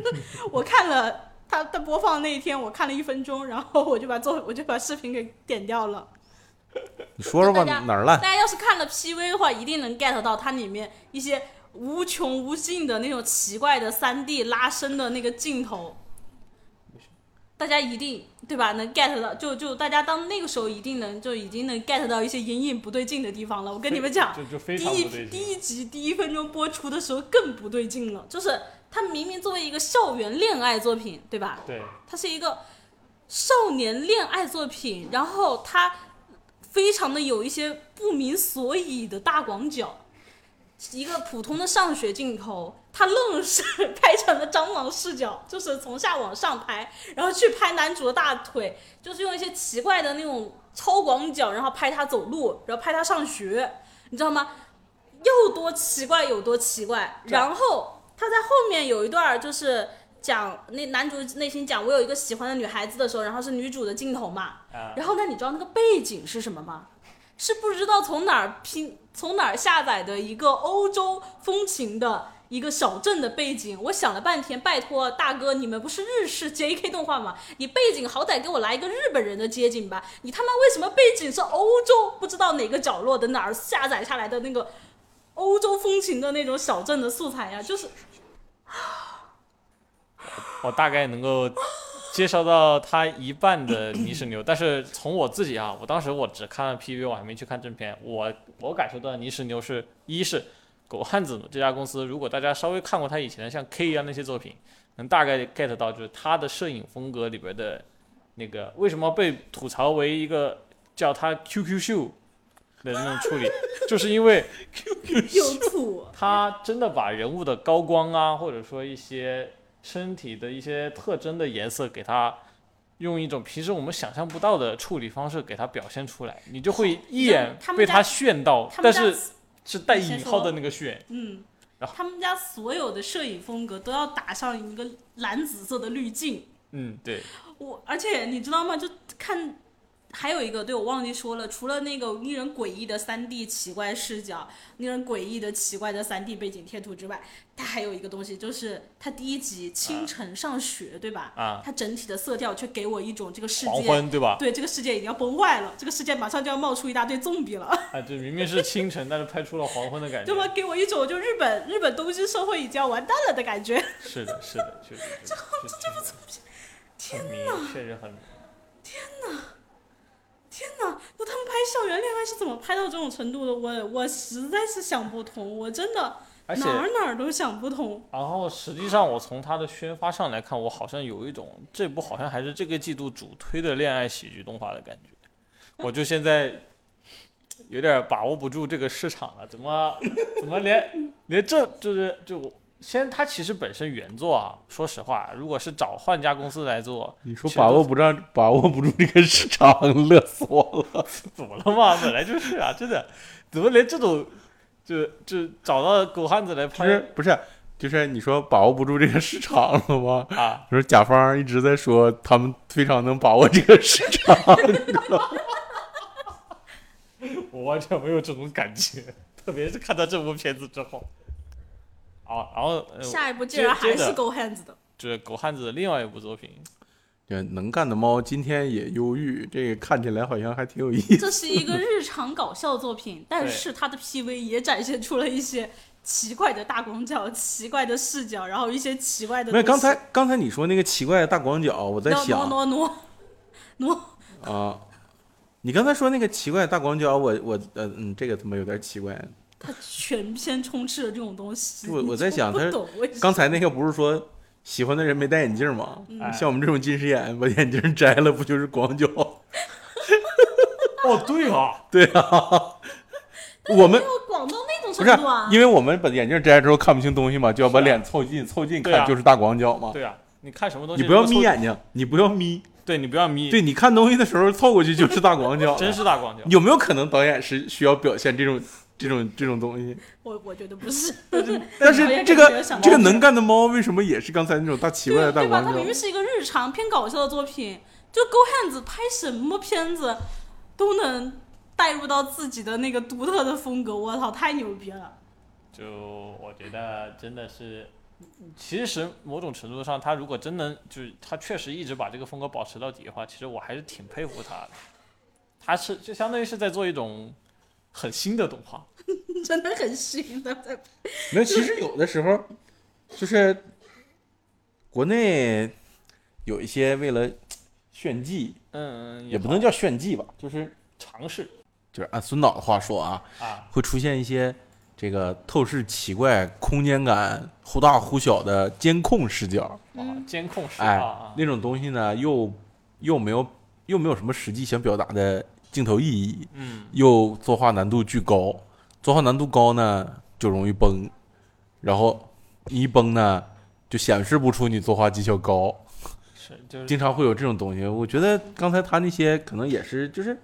我看了，他他播放那一天我看了一分钟，然后我就把作我就把视频给点掉了。
你说说吧，
就大家
哪儿
大
烂？
家要是看了 PV 的话，一定能 get 到它里面一些无穷无尽的那种奇怪的 3D 拉伸的那个镜头。大家一定对吧？能 get 到，就就大家当那个时候一定能就已经能 get 到一些隐隐不对劲的地方了。我跟你们讲，
就就非
第
常
一
不对
第
劲。
一集第一分钟播出的时候更不对劲了，就是它明明作为一个校园恋爱作品，对吧？
对，
它是一个少年恋爱作品，然后它非常的有一些不明所以的大广角，一个普通的上学镜头，它愣是拍成了蟑螂视角，就是从下往上拍，然后去拍男主的大腿，就是用一些奇怪的那种超广角，然后拍他走路，然后拍他上学，你知道吗？又多奇怪有多奇怪，
对
然后他在后面有一段儿就是讲那男主内心讲我有一个喜欢的女孩子的时候，然后是女主的镜头嘛，
啊，
然后呢，你知道那个背景是什么吗？是不知道从哪儿拼从哪儿下载的一个欧洲风情的一个小镇的背景。我想了半天，拜托大哥，你们不是日式 J.K. 动画吗？你背景好歹给我来一个日本人的街景吧！你他妈为什么背景是欧洲不知道哪个角落的哪儿下载下来的那个欧洲风情的那种小镇的素材 呀？就是
我大概能够介绍到他一半的泥石流，但是从我自己啊，我当时我只看了 PV，我还没去看正片。我我感受到的泥石流是，一是狗汉子这家公司，如果大家稍微看过他以前的像 K 啊那些作品，能大概 get 到就是他的摄影风格里边的那个为什么被吐槽为一个叫他 QQ 秀的那种处理，就是因为。
有土。
他真的把人物的高光啊， 或者说一些身体的一些特征的颜色，给他用一种平时我们想象不到的处理方式给他表现出来，你就会一眼
他们
被
家
他炫到，
他们
但
家
是是带
你先
引号
说
的那个炫。
嗯
然后，
他们家所有的摄影风格都要打上一个蓝紫色的滤镜。
嗯，对，
我而且你知道吗？就看还有一个，对我忘记说了，除了那个令人诡异的三 D 奇怪视角、令人诡异的奇怪的三 D 背景贴图之外，它还有一个东西，就是它第一集清晨上学，对吧？
啊，
它整体的色调却给我一种这个世
黄
界。
昏对吧？
对，这个世界已经要崩坏了，这个世界马上就要冒出一大堆纵比了。
啊，对，明明是清晨， 但是拍出了黄昏的感
对。
觉
吧？给我一种就日本日本东京社会已经要完蛋了的感觉。
是的，是的，确实。这这这不错，天呐，确实很迷。
天哪，我他们拍校园恋爱是怎么拍到这种程度的？我我实在是想不通，我真的
而且
哪儿哪儿都想不通。
然后实际上，我从它的宣发上来看，我好像有一种这部好像还是这个季度主推的恋爱喜剧动画的感觉。我就现在有点把握不住这个市场了，怎么怎么连连这就是就我先它其实本身原作啊，说实话，如果是找换家公司来做，
你说
其实
把
都
握不上，把握不住这个市场， 乐死我了。
怎么了嘛？本来就是啊，真的，怎么连这种就就找到狗汉子来
不
拍
是不是，就是你说把握不住这个市场了吗？
啊？
就是甲方一直在说他们非常能把握这个市场，
我完全没有这种感觉，特别是看到这部片子之后。啊，然后、呃、
下一步竟然还
接
是
着
狗汉子的，
就是狗汉子的另外一部作品，
对，能干的猫今天也忧郁，这个看起来好像还挺有意思。
这是一个日常搞笑作品，但
对
是它的 PV 也展现出了一些奇怪的大广角、奇怪的视角，然后一些奇怪的
没
东
有，
西。
刚才刚才你说那个奇怪的大广角，我在
要
想
挪挪挪挪，
啊，你刚才说那个奇怪的大广角，我我呃嗯，这个他妈有点奇怪。
它全篇充斥着这种东西。
我
你
我在想
不
它
懂为什么
刚才那个不是说喜欢的人没戴眼镜吗？
哎
像我们这种近视眼，把眼镜摘了不就是广角？
哦，对啊，
对啊，我们
没有广到那种
不
程
是
度啊，
因为我们把眼镜摘了之后看不清东西嘛，就要把
是啊
脸凑近凑近
对
看，
啊
就是大广角嘛。
对啊，你看什么东西？
你不要
如果
眯
说，
眼睛，你不要眯，
对你不要 眯，
对你看东西的时候凑过去就是大广角。
真是大广角。
有没有可能导演是需要表现这种这种这种东西？
我我觉得不是。
但是
导演
这
可能没
个
有想到
这个能干的猫为什么也是刚才那种大奇怪
对
的大
对
广
吧？它明
角
明？是一个日常偏搞笑的作品，就狗汉子拍什么片子都能带入到自己的那个独特的风格，我操，太牛逼了！
就我觉得真的是，其实某种程度上，他如果真能，就是他确实一直把这个风格保持到底的话，其实我还是挺佩服他的。他是就相当于是在做一种很新的动画，
真的很新的，
没有，其实有的时候就是国内有一些为了炫技，
嗯，
也不能叫炫技吧，就是
尝试
就是按孙导的话说啊，
啊，
会出现一些这个透视奇怪、空间感忽大忽小的监控视角，
哇，啊监控视
哎，
啊，
那种东西呢，又又没有又没有什么实际想表达的镜头意义，
嗯，
又作画难度巨高，作画难度高呢就容易崩，然后你一崩呢就显示不出你作画技巧高，
是就是
经常会有这种东西。我觉得刚才他那些可能也是就是。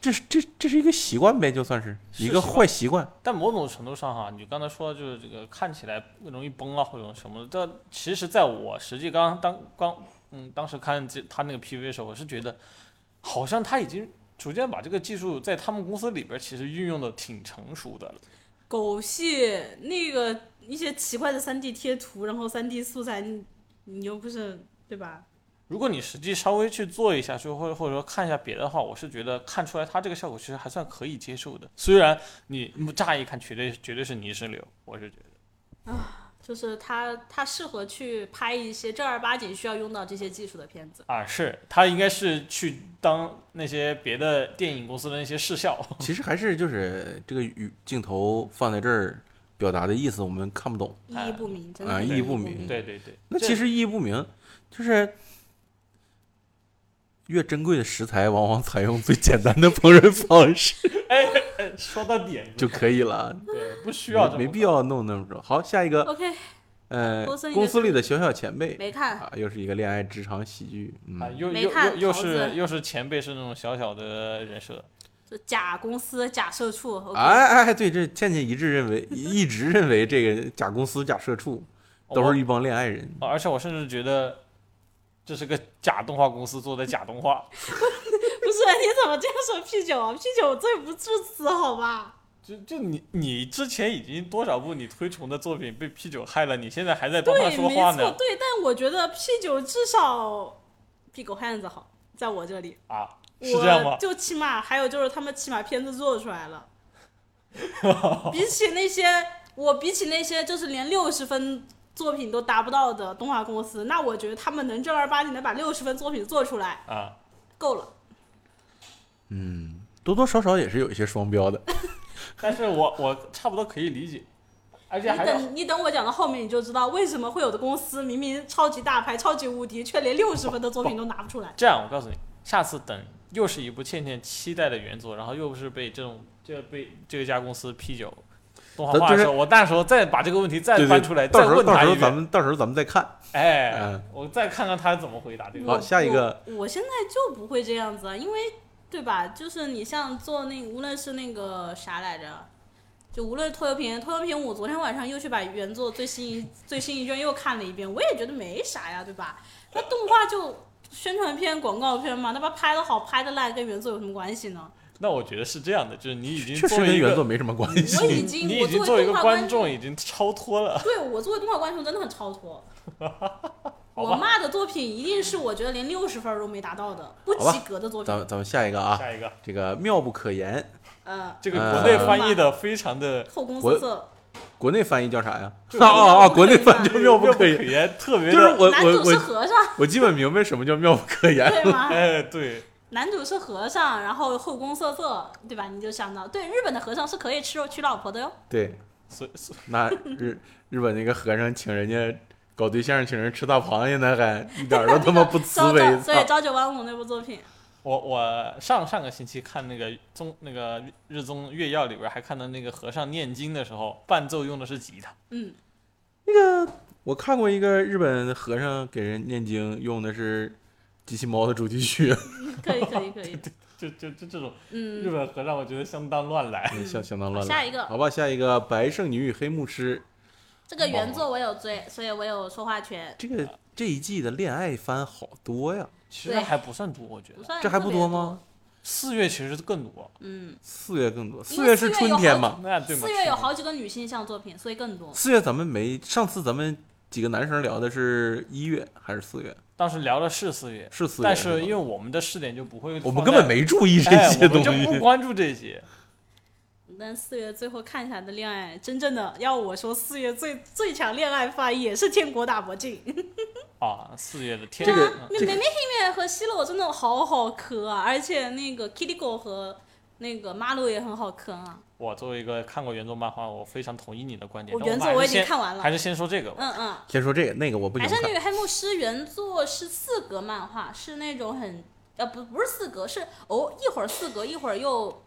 这是这这是一个习惯呗，就算是
是
一个
习惯嗯
坏习惯。
但某种程度上哈，你刚才说的就是这个看起来容易崩啊或者什么的，但其实在我实际刚当刚嗯当时看这他那个 PV 的时候，我是觉得好像他已经逐渐把这个技术在他们公司里边其实运用的挺成熟的了。
狗戏那个一些奇怪的三 D 贴图，然后三 D 素材，你你又不是对吧？
如果你实际稍微去做一下，就或者或者说看一下别的话，我是觉得看出来他这个效果其实还算可以接受的。虽然你乍一看绝对绝对是泥石流，我是觉得
就是它它适合去拍一些正儿八经需要用到这些技术的片子。
啊，是他应该是去当那些别的电影公司的那些视效。
其实还是就是这个语镜头放在这儿表达的意思，我们看不懂。
意义不明，真的
啊
很
意义不明
对对对，
那
这
其实意义不明，就是越珍贵的食材，往往采用最简单的烹饪方 式
哎说到点子
就可以了，
对，不需要这么
没没必要弄那么多。好，下一个，
OK，
呃
哦公司里，的
公司里的小小前辈
没看，
啊，又是一个恋爱职场喜剧，
啊，
嗯，
又
没
又又
看
又
桃
是
子
又是前辈是那种小小的人设，
就假公司假社畜。OK
哎哎，对，这倩倩一致认为，一直认为这个假公司假社畜都
我
是一帮恋爱人，
啊而且我甚至觉得这是个假动画公司做的假动画，
不是，你怎么这样说 P 九啊？P 九罪不至死，好吧？
就就你你之前已经多少部你推崇的作品被 P 九害了，你现在还在帮他
对，
说
没
话
错，
呢
对，但我觉得 P 九至少比狗汉子好，在我这里。
啊，是这样
我
吗？
就起码还有就是他们起码片子做出来了， 比起那些我比起那些就是连六十分作品都达不到的动画公司，那我觉得他们能正儿八经的把六十分作品做出来
啊，
够了。
嗯，多多少少也是有一些双标的。
但是我我差不多可以理解，而且
你
还是
等你等我讲到后面，你就知道为什么会有的公司明明超级大牌、超级无敌，却连六十分的作品都拿不出来。
这样，我告诉你，下次等又是一部倩倩期待的原作，然后又是被这种这被这家公司批酒动画
咱
化
就
的
是
时候，我那时候再把这个问题再
对对
翻出来，，
到
再
时候
问
到
他
时
一
候咱
遍，
们到时候咱们再看。
哎
嗯，
我再看看他怎么回答这个
好
问
我
题。
下一个
我。我现在就不会这样子啊，因为对吧？就是你像做那，无论是那个啥来着，就无论拖油瓶，拖油瓶，我昨天晚上又去把原作最新一最新一卷又看了一遍，我也觉得没啥呀，对吧？那动画就宣传片、广告片嘛，那把拍的好、拍的烂跟原作有什么关系呢？
那我觉得是这样的，就是你已经
确
作
实
为
跟
一
原
个
作没什么关系。
我已经，
你
我
已经
作
作为
为
一个
动画
观
观
众已经超脱
啊
了，
对我作为动画观众真的很超 脱。
好吧
我骂的作品一定是我觉得连六十分儿都没达到的不
好吧
及格的作
咱
品
们。咱们下一个啊，
下一个，
这个妙不可言，
呃，
这个
呃
国内翻译的非常的
后宫
我
姿色，
国内翻译叫啥呀？
就是
啊啊啊！国内翻译叫
这
妙不
可
可言，
言，特别
就是
的
我
男
我
主是
我
和尚，
我基本明白什么叫妙不可言。
对吗？
哎对，
男主是和尚，然后后宫色色，对吧？你就想到，对，日本的和尚是可以吃肉娶老婆的哟。
对，
所以所以
那日日本那个和尚请人家搞对象，请人吃大螃蟹呢，还一点儿都他妈不慈
朝
悲啊
朝，所以
操
朝九晚五那部作品，
我我上上个星期看那个宗那个日宗月曜里边还看到那个和尚念经的时候，伴奏用的是吉他，
嗯，
那个我看过一个日本和尚给人念经，用的是机器猫的主题曲，
可以，可 以，可以，
就就就这种日
嗯。
本和尚，我觉得相当乱来。
相相当乱了。
下一个
好吧，下一个《白圣女与黑牧师》
这个原作我有追，所以我有说话权，
这个这一季的恋爱番好多呀，
其实
对
还不算多，我觉
不
得
算
这还
特
不
别
多吗？
四月其实更多，
嗯，
四月更多，
因为
四月是
四月
春
有
天
好
嘛？
那对吗？
四月有好几个女性向作品，所以更多。
四月咱们没上次咱们几个男生聊的是一月还是四月？
当时聊的是四月，
是四月吧，
但是因为我们的视点就不会放在，
我们根本没注意这些东
哎、我们 就不
西。
关注这些。
但四月最后看起来的恋爱，真正的要我说，四月最最强恋爱番也是《天国打魔镜》。
啊，四月的天，
这个
嗯
美美美黑面和西洛真的好好磕啊，而且那个 Kittygo 和那个马鲁也很好磕啊。
我作为一个看过原作漫画，我非常同意你的观点。
我
但
原
们
作
还
我已
是
经
先
看完了
还是先说这个吧。
嗯嗯，
先说这个，那个我不
白
想
山
看。
女黑牧师原作是四格漫画，是那种很呃不不是四格，是哦一会儿四格，一会儿又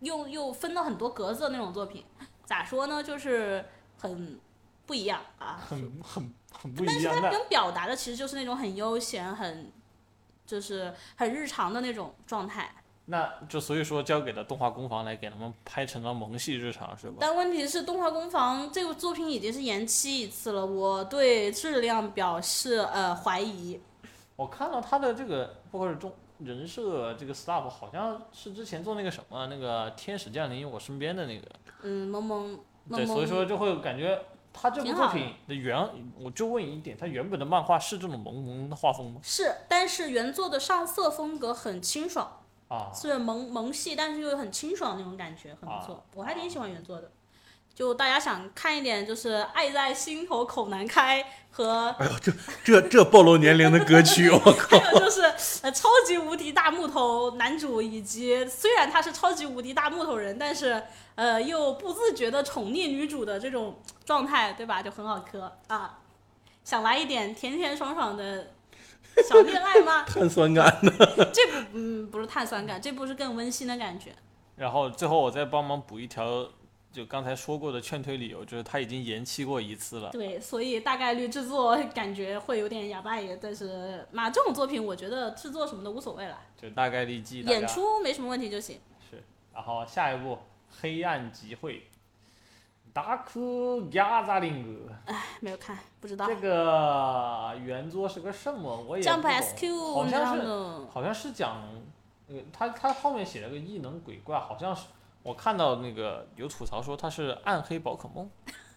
又又分了很多格子的那种作品。咋说呢，就是很不一样啊。
很很很不
但
一
是
样
它
的，
跟表达的其实就是那种很悠闲、很就是很日常的那种状态。
那就所以说交给了动画工坊来给他们拍成了萌系日常是吧？
但问题是，动画工坊这个作品已经是延期一次了，我对质量表示呃怀疑。
我看到他的这个不管是中人设这个 staff 好像是之前做那个什么那个天使降临我身边的那个，
嗯，萌萌
对，
萌
所以
萌，
说就会感觉他这部
挺
作
好的
品的原，我就问一点，他原本的漫画是这种萌萌的画风吗？
是，但是原作的上色风格很清爽，
啊，
是萌萌系，但是又很清爽那种感觉，很不错，
啊
我还挺喜欢原作的。就大家想看一点，就是爱在心头口难开和
哎呦，这这这暴露年龄的歌 曲，我靠！？
还有就是呃，超级无敌大木头男主，以及虽然他是超级无敌大木头人，但是呃又不自觉的宠溺女主的这种状态，对吧？就很好磕啊，想来一点甜甜爽爽的小恋爱吗
碳酸感的。
这部嗯不是碳酸感，这部是更温馨的感觉。
然后最后我再帮忙补一条，就刚才说过的劝退理由，就是他已经延期过一次了。
对，所以大概率制作感觉会有点哑巴也，但是嘛，这种作品我觉得制作什么的无所谓了，
就大概率记大家
演出没什么问题就行。
是，然后下一步黑暗集会，Dark Gathering，
唉，没有看，不知道
这。个原作是个什么？我也不
Jump
懂
SQ
好
那
像
样
是
的。
好像是讲，呃，他他后面写了个异能鬼怪，好像是我看到那个有吐槽说他是暗黑宝可 梦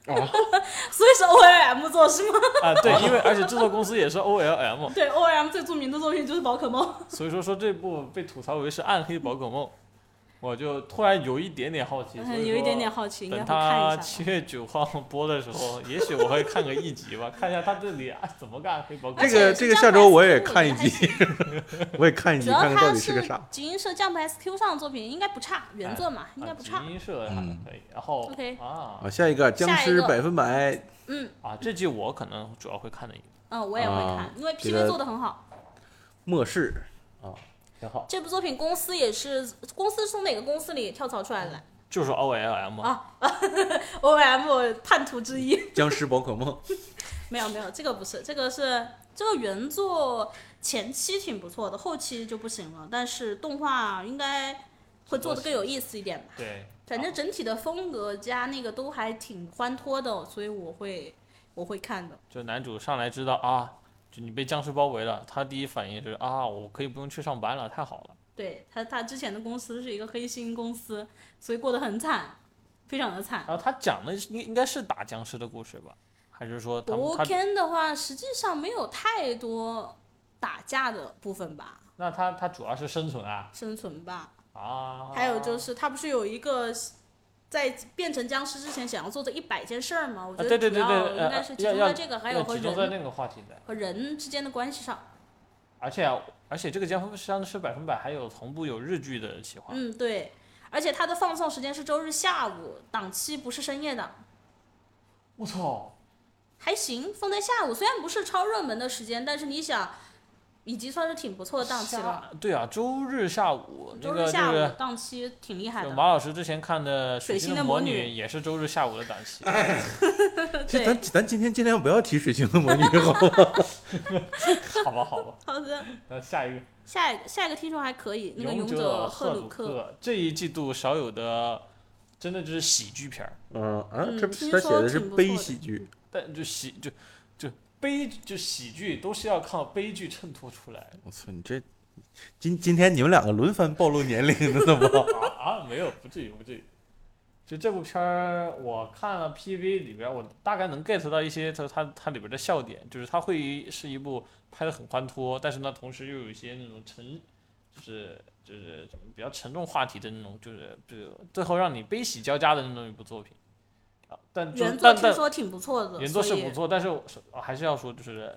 所以是 O L M 做是吗？
啊、对，因为而且制作公司也是 O L M，
对，O L M 最著名的作品就是宝可梦。
所以说说这部被吐槽为是暗黑宝可梦，我就突然有一点点好奇，所
嗯，
以
有一点点
说。
好奇，应该
等
会看
他
一下
七
吧。
月九号 播的时候，也许我会看个一集吧，看一下他这里啊怎么干黑豹。
这
而且
个
是
这个
Jump
下周我也
SQ
看一
还
集， 我也看一
主
集，
要
看看到
他
底是个啥。
集英社 Jump SQ 上的作品应该不差，原作
哎
嘛应该不
啊
差
集。英社还
嗯
可以，然后
OK
啊
啊，下一个僵
下一
尸
个
百分百，
嗯
啊，这季我可能主要会看的一个
嗯，我也会
啊
看，因为
这个
PV 做的很好。
末世啊，挺好。
这部作品公司也是，公司是从哪个公司里跳槽出来 的
就是 O L M
啊？OM 叛徒之一。
僵尸宝可梦，
没有没有，这个不是，这个是这个原作前期挺不错的，后期就不行了。但是动画应该会做的更有意思一点吧。
对，
反正整体的风格加那个都还挺欢脱的，哦所以我会我会看的。
就男主上来知道啊，就你被僵尸包围了，他第一反应就是啊，我可以不用去上班了，太好了。
对他他之前的公司是一个黑心公司，所以过得很惨，非常的惨。
然后他讲的是应应该是打僵尸的故事吧，还是说他们
博
他
片的话，实际上没有太多打架的部分吧，
那他他主要是生存啊
生存吧。
啊，
还有就是，他不是有一个在变成僵尸之前想要做的一百件事儿吗？我觉
啊对
得
对
主
对对
要
呃
应该是集
要
中
要
在这个，还有
要
和
集中在
人
那个话题的，
和人之间的关系上。
而且啊而且这个僵尸僵尸百分百还有同步有日剧的企划，
嗯，对。而且它的放送时间是周日下午，档期不是深夜档，
我操，
还行，放在下午。虽然不是超热门的时间，但是你想，已经算是挺不错的档期了。
下对啊，周日下午那
周
个
日
那
下
个
午档期挺厉害
就
的，
马老师之前看的《水
水
星
星
的
的
魔
魔
女》
女
也是周日下午的档期，
其实
对
咱，咱今天尽量不要提水星的魔女， 好吧？
好吧好吧，
好的。
那下一个
下一个下一个听说还可以，那个勇
者
赫
鲁
鲁克，
这一季度少有的，真的就是喜剧片儿，
嗯啊，
嗯
这不是
听
他写
说
的是
挺不
悲
错的
喜剧，
但就喜就就悲就喜剧都是要靠悲剧衬托出来
我操，你这今今天你们两个轮番暴露年龄，真的吗？
的啊啊，没有不至于不至于。就这部片儿，我看了 PV 里边儿，我大概能 get 到一些它它它里边儿的笑点，就是它会是一部拍的很欢脱，但是呢，同时又有一些那种沉，就是就是怎么比较沉重话题的那种，就是就是最后让你悲喜交加的那种一部作品。啊，但就
原作
但
听
但
说挺不错的，
原作是
所以
不错，但是我是还是要说，就是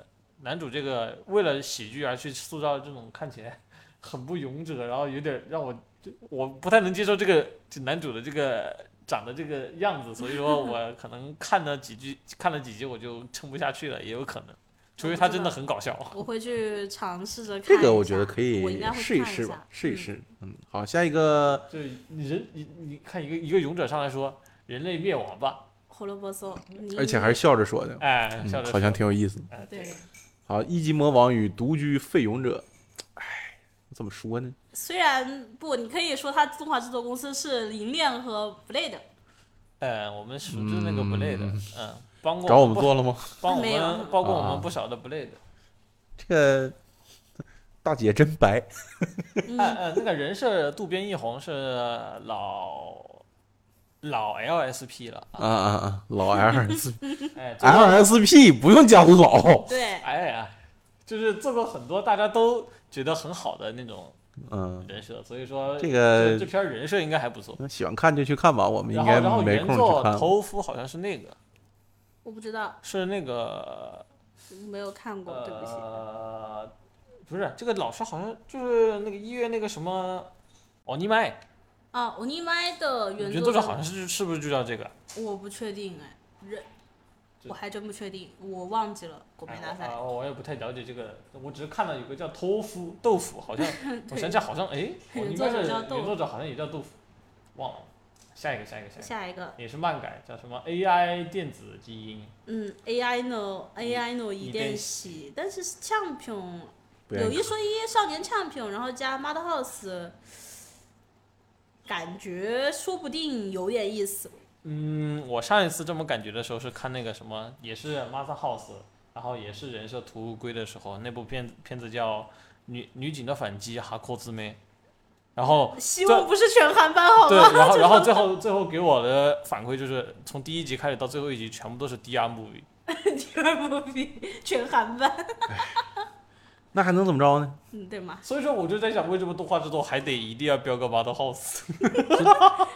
男主这个为了喜剧而去塑造这种看起来很不勇者，然后有点让我就我不太能接受这个这男主的这个长得这个样子，所以 说我可能看了几句，看了几集我就撑不下去了，也有可能，除非他真的很搞 笑。
我会去尝试着看一下。
这个我觉得可
我
以
应该会
试一
看
试
下
吧，试一
嗯
试。嗯，好，下一个
就是你人你你看一个一个勇者上来说人类灭亡吧，
胡萝卜丝，你
而且还是笑着说的，
哎，笑
嗯，
着
好像
说
挺有意思的。
哎
对，
好，一级魔王与独居废勇者，哎，怎么说呢？
虽然不，你可以说它动画制作公司是银链和 Blade，
哎，我们熟知那个不累的，嗯，帮过
找我们
不
做了吗？
帮我
没有
们包括我
啊
们不少的不累的。
这个大姐真白，
呃
嗯，
呃，那个人设渡边义弘是老老 LSP 了，
啊啊啊！ 老 LS
嗯
哎，做过
LSP 不用讲老，
对，
哎呀，就是做过很多大家都觉得很好的那种
嗯，
人设，所以说
这个
这片人设应该还不错。
喜欢看就去看吧，我们应
然后
该
然后
没
原
空
作
去看了。
头夫好像是那个
我不知道，
是那个
没有看过，哦对不起。
呃，不是这个老师好像就是那个一月那个什么。哦，尼麦，
啊，我尼麦的原
原
作
作者
的
好像是是不是就叫这个？
我不确定哎，人
这
我还真不确定，我忘记了，我没拿出
哎
来。
我啊我也不太了解这个，我只是看到有个叫豆腐豆 腐，好像我想起来好像哎，我
原
应
作
该
者
是
叫
原
豆腐
作者好像也叫豆腐，忘了。下一个，下一个，下一个，
下一个，
也是漫改，叫什么 AI 电子基因？
嗯，AI 呢，AI 呢，
一
一
边
电喜，但是 Champion
不愿
有
意
一说一，少年 Champion，然后加 Mad House，感觉说不定有点意思。
嗯，我上一次这么感觉的时候是看那个什么，也是 Master House，然后也是人设图乌龟的时候，那部片片子叫《女女警的反击》，哈扣姊妹。然后
希望不是全韩班好
对，
吗？
然后然后最后最后给我的反馈就是，从第一集开始到最后一 集，全部都是 DR movie。
第二部比全韩班，
那还能怎么着呢？
嗯，对吗？
所以说我就在想，为什么动画制作还得一定要标个 Mother House？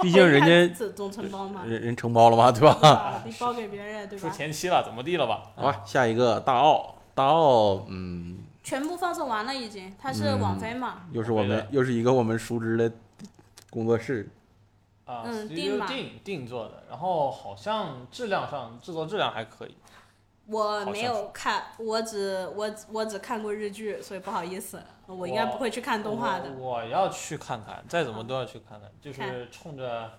毕竟 人家
哦总总承包嘛，
人人承包了嘛，对 吧？
啊你包给别人对
出
吧？
前期了，怎么地了吧？
好吧，下一个大奥，大奥，嗯，
全部放送完了已经，它是
嗯
网飞嘛，
又是我
对
们
的
又是一个我们熟知的工作室，
啊，
嗯
Studio
定嘛
定定做的，然后好像质量上制作质量还可以。
我
好
没
像
有看，我只我只我只看过日剧，所以不好意思，我应该
我
不会去看动画的。嗯
我我要去看看，再怎么都要去看看，就是
看
冲着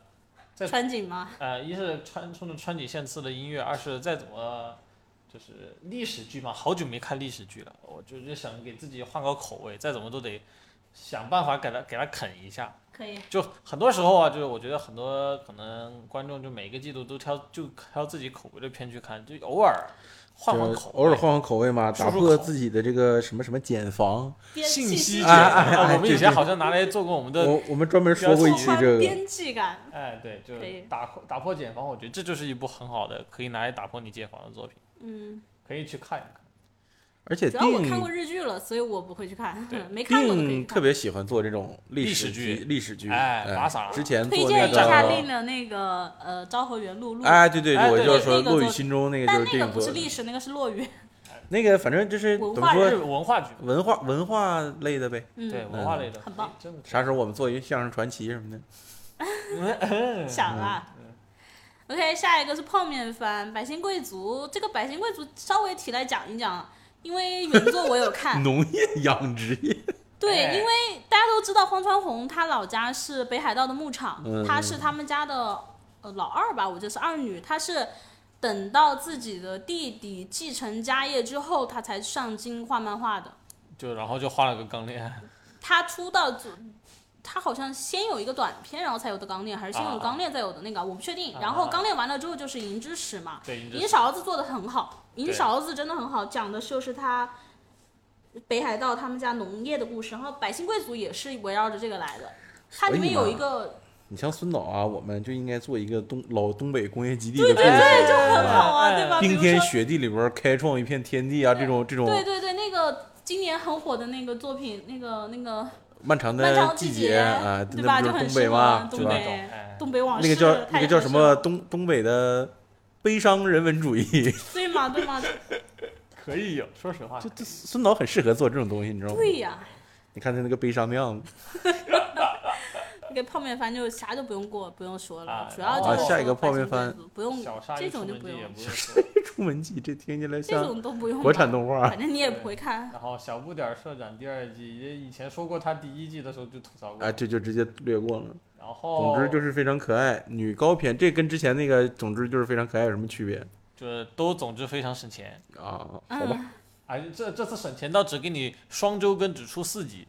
在
川井吗？
呃，一是穿冲着川井宪次的音乐，二是再怎么就是历史剧嘛，好久没看历史剧了，我就就想给自己换个口味，再怎么都得想办法给它给它啃一下。
可以，
就很多时候啊，就是我觉得很多可能观众就每个季度都挑就挑自己口味的片去看，就偶尔换换
就
口味，
偶尔换换口味嘛，
漱漱
打破
口
自己的这个什么什么茧房。
边
信
信
息
息
茧
啊
感，
啊啊
房。我们以
对
前
对
好像拿来做过我们的
我我们专门说过一期
拓
这
宽
个，
边际感，
哎，对，就
对
是打破打破茧房，我觉得这就是一部很好的可以拿来打破你茧房的作品，
嗯，
可以去看一看。
而且
主要我看
定
过日剧了，所以我不会去看
对，
没看过的可以
定
去
特
看。
别喜欢做这种历史
历史剧
历史剧，
哎打赏
之前
推
做
荐
那
一下
那
令
个，
的那个呃《昭和元禄录》，
哎，对对，
哎
我
对
就
对
说
那个
落
做
雨心中那个就
但
是
那
定
个不
做
是
的，
历史，那个是落语。
那个反正就是
文
怎
化
么
对
日
说
文化剧，
文化文化类的呗。
对
嗯，
文化类的，
很棒
哎，真的
啥时候我们做一个相声传奇什么的？嗯
想啊。OK，下一个是泡面番《百姓贵族》，这个《百姓贵族》稍微提来讲一讲啊，因为原作我 有看，
农业养殖业，
对，
哎
因为大家都知道荒川弘他老家是北海道的牧场，
嗯
他是他们家的呃老二吧，我就是二女，她是等到自己的弟弟继承家业之后，她才上京画漫画的。
就然后就画了个钢链，
她出道组，她好像先有一个短片，然后才有的钢链，还是先有钢链再有的那个，我不确定。
啊
然后钢链完了之后就是银之匙嘛，
对，你
银
这
勺子做的很好，银
对
勺子真的很好，讲的就是他北海道他们家农业的故事，然后百姓贵族也是围绕着这个来的。它里面有一个，
你像孙导啊，我们就应该做一个东老东北工业基地的故事，
对，就很好啊，
哎
对吧？比
冰
如
天
说，
雪地里边开创一片天地啊，这种这种
对对对，那个今年很火的那个作品，那个那个
漫长
漫
的
长
季
节
啊，
对
那
吧？
不
就
就是
很
东
适
北
合
吗？
东
是吧？
那种
北
哎，
东北往
那个
事，
叫
太
那个叫
合
什
适了
么？东东北的悲伤人文主义，
对嘛对嘛，
可以有，说实话
就，这孙导很适合做这种东西，你知道吗？
对呀，
你看他那个悲伤的样子
那个泡面番就啥都不用过，不用说了
啊，
主要
啊
就是
下一个
说
泡
百
面
姓贵
番
族不用
小鲨
这
鱼
种
出
就
门
不用
记也
了
不用说，
《出门记》，这听起来
这
像
种都不用吧。
国产动画。
反正你也不会看。
然后小不点儿社长第二季，也以前说过他第一季的时候就吐槽过
啊，，这就直接略过了。
然后
总之就是非常可爱，女高片，这跟之前那个总之就是非常可爱有什么区别
就是都总之非常省钱，
啊？好吧，
嗯，
而且哎这这次省钱到只给你双周更只出四集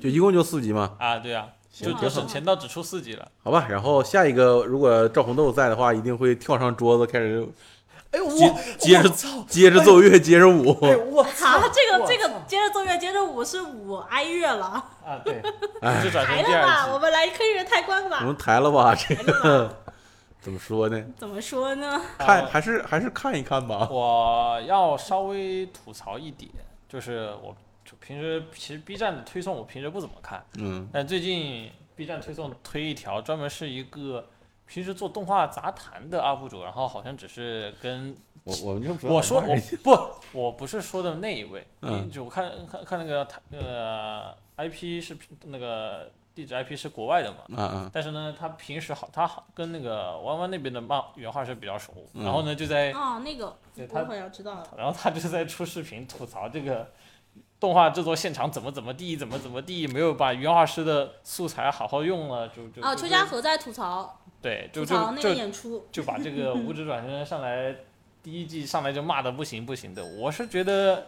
就一共就四集嘛，
啊，对啊，
行
就
挺
就
好
省钱到只出四集了。
好吧。然后下一个，如果赵红豆在的话，一定会跳上桌子开始
哎我
接 接着
操！
接着奏乐，接着舞。
哎我操
好，！这个
我
这个
操
接着奏乐，接着舞是舞哀乐了，
啊，对，
哎
就转成
来
第
了吧，我
二季。
们来黑人抬棺
我
吧。
们抬了吧，这个怎么说呢？
怎么说呢？
看
啊
还是还是看一看吧。
我要稍微吐槽一点，就是我就平时其实 B 站的推送我平时不怎么看，
嗯，
但最近 B 站推送推一条，专门是一个平时做动画杂谈的 UP 主，然后好像只是跟
我我们就不要
我说
管
我
人
不，我不是说的那一位，
嗯
就我看看看那个他那个 IP 是那个地址 IP 是国外的嘛，
啊啊，
但是呢，他平时好，他好跟那个弯弯那边的漫原画是比较熟，
嗯
然后呢就在，
哦，那个
哎对
我
他
好像知道了。
然后他就在出视频吐槽这个动画制作现场怎么怎么地，怎么怎么地，没有把原画师的素材好好用了，就就
哦，
就
邱家河在吐槽
对，就
吐槽
就
那个
就
演出，
就把这个五指转身上来，第一季上来就骂的不行不行的，我是觉得。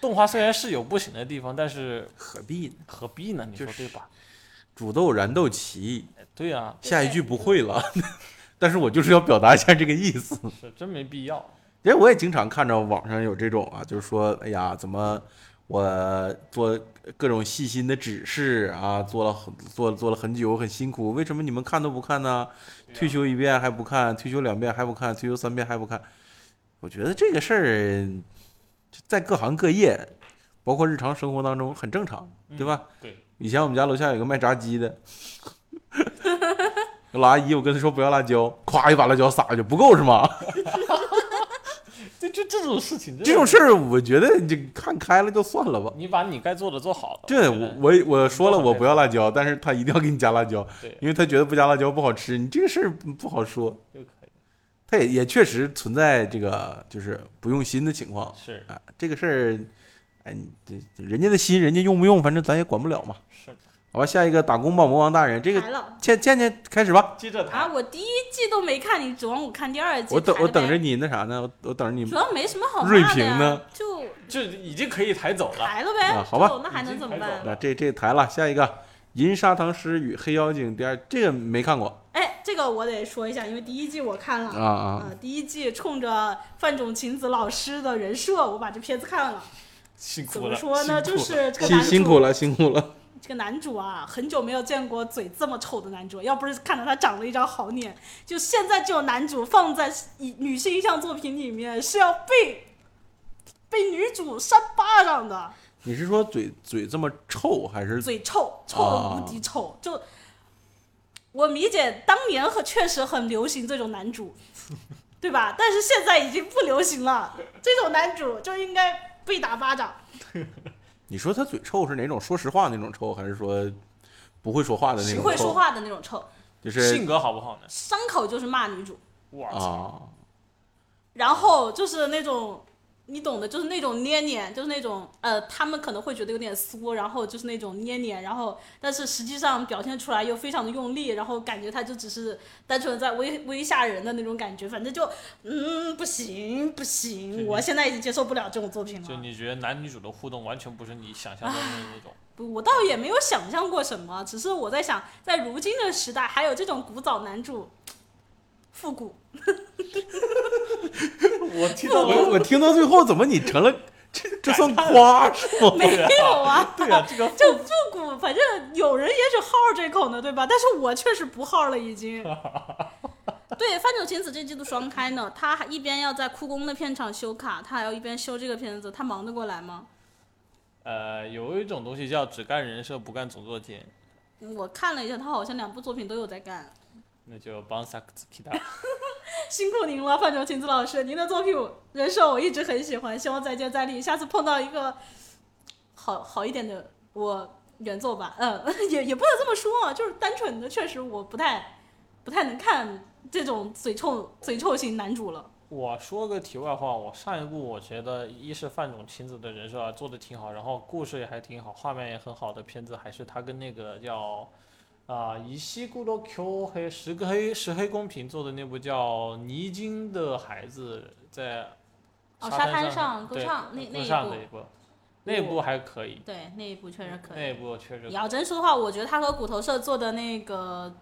动画虽然是有不行的地方，但是
何必呢？
何必呢？你说
就是
对吧？
煮豆燃豆萁，
对啊，
下一句不会了， 但是我就是要表达一下这个意思。
是真没必要。啊
因为我也经常看着网上有这种啊，就是说，哎呀，怎么我做各种细心的指示啊，做了很做做了很久，很辛苦，为什么你们看都不看呢？退休一遍还不看，退休两遍还不看，退休三遍还不看。我觉得这个事儿，在各行各业包括日常生活当中很正常，对吧？
对，
以前我们家楼下有个卖炸鸡的， 有个阿姨，我跟她说不要辣椒，咵一把辣椒撒下去，不够是吗？
这这这种事情，
这种事儿，我觉得你就看开了就算了吧。
你把你该做的做好了。
这
觉
我
得
我也我说了
多少
我不要辣椒，但是他一定要给你加辣椒，
对
因为他觉得不加辣椒不好吃。你这个事儿不好说，
就可以
他也也确实存在这个就是不用心的情况
是
啊。这个事儿，哎，你这这人家的心人家用不用，反正咱也管不了嘛。
是，
好吧，下一个打工吧魔王大人，这个
来了
倩倩倩开始吧，
接着
啊！
谈。
我第一季都没看，你指望我看第二季？
我等我
谈的
等
呗
着，你那啥呢，我我等着你
主要没什么好骂的
锐
呀
评呢，
就
就已经可以抬走了。
来了呗。
啊好吧
就那还能怎么办？
那这这抬了，下一个《银砂糖师与黑妖精》第二，这个没看过
哎，这个我得说一下，因为第一季我看了
啊啊，
呃第一季冲着范种晴子老师的人设，我把这片子看了。
辛
怎
苦
么
了，
说呢？
辛
就
苦了
是这个
辛
男主，
辛苦了辛苦了，
这个男主啊，很久没有见过嘴这么丑的男主，要不是看到他长了一张好脸，就现在这种男主放在以女性向作品里面是要被被女主扇巴掌的。
你是说嘴嘴这么臭还是？
嘴臭，
啊
臭的无敌臭。就我理解，当年很确实很流行这种男 主，对吧？但是现在已经不流行了，这种男主就应该被打巴掌。
你说他嘴臭是哪种？说实话那种臭，还是说不会说话的那
只
种
会
臭？
说话的那种臭，
就是
性格好不好呢？
张口就是骂女主，
哇操，
啊，
然后就是那种。你懂的，就是那种捏脸，就是那种呃，他们可能会觉得有点酥，然后就是那种捏脸，然后但是实际上表现出来又非常的用力，然后感觉他就只是单纯的在威威吓人的那种感觉，反正就嗯不行不
就
行，
你
我现在已经接受不了这种作品
就
了。
你觉得男女主的互动完全不是你想象中的那种。
不我倒也没有想象过什么，只是我在想，在如今的时代，还有这种古早男主，复古，
我听到了，
我我听到最后怎么你成了这这算夸是吗？
没有啊。
对啊，这个
就复古，反正有人也许好这口呢，对吧？但是我确实不好了，已经。 对，范九晴子这季度双开呢，他还一边要在故宫的片场修卡，他还要一边修这个片子，他忙得过来吗？
呃，有一种东西叫只干人设不干总作奸，
我看了一下，他好像两部作品都有在干，
那就帮萨克斯基达。
辛苦您了，范九晴子老师，您的作品我人设我一直很喜欢，希望再接再厉，下次碰到一个好好一点的我原作吧，嗯，也也不能这么说啊，就是单纯的，确实我不太不太能看这种嘴臭嘴臭型男主了。
我说个题外话，我上一部我觉得一是范总亲子的人设、啊、做的挺好，然后故事也还挺好，画面也很好的片子，还是他跟那个叫啊伊西古罗 Q 黑石黑石黑公平做的那部叫《泥金的孩子》在
哦
沙
沙滩上
上
歌
对
唱那那
歌
一
唱
部
那一部，那一部还可以，
对，那一部确实可
那一
以。
部确实可以
你要真说的话，我觉得他和骨头社做的那个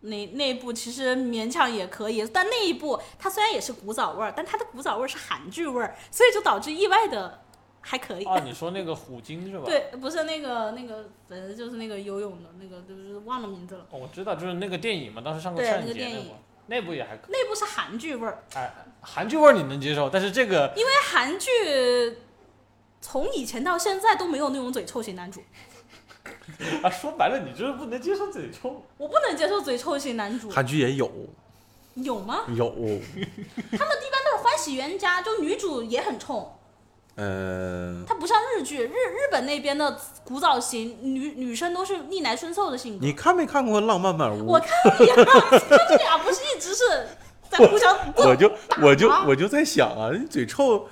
那那一部其实勉强也可以，但那一部它虽然也是古早味儿，但它的古早味儿是韩剧味儿，所以就导致意外的还可以。
啊，你说那个虎鲸是吧？
对，不是那个那个，反正就是那个游泳的那个，就是忘了名字了。
哦，我知道，就是那个电影嘛，当时上过
对
上
那
影
个
节
电
那
影
部，那部也还可以。
那部是韩剧味儿，
哎，韩剧味儿你能接受，但是这个
因为韩剧从以前到现在都没有那种嘴臭型男主，
啊，说白了你就是不能接受嘴臭。
我不能接受嘴臭型男主。
韩剧也有
有吗？
有，
但是欢喜冤家就女主也很冲，
呃，
她不像日剧，日日本那边的古早型女女生都是逆来顺受的性格
你。看没看过《浪漫满屋
我》？看了呀，这俩不是一直是在互相
我就我就
打
我就在想啊，你嘴臭，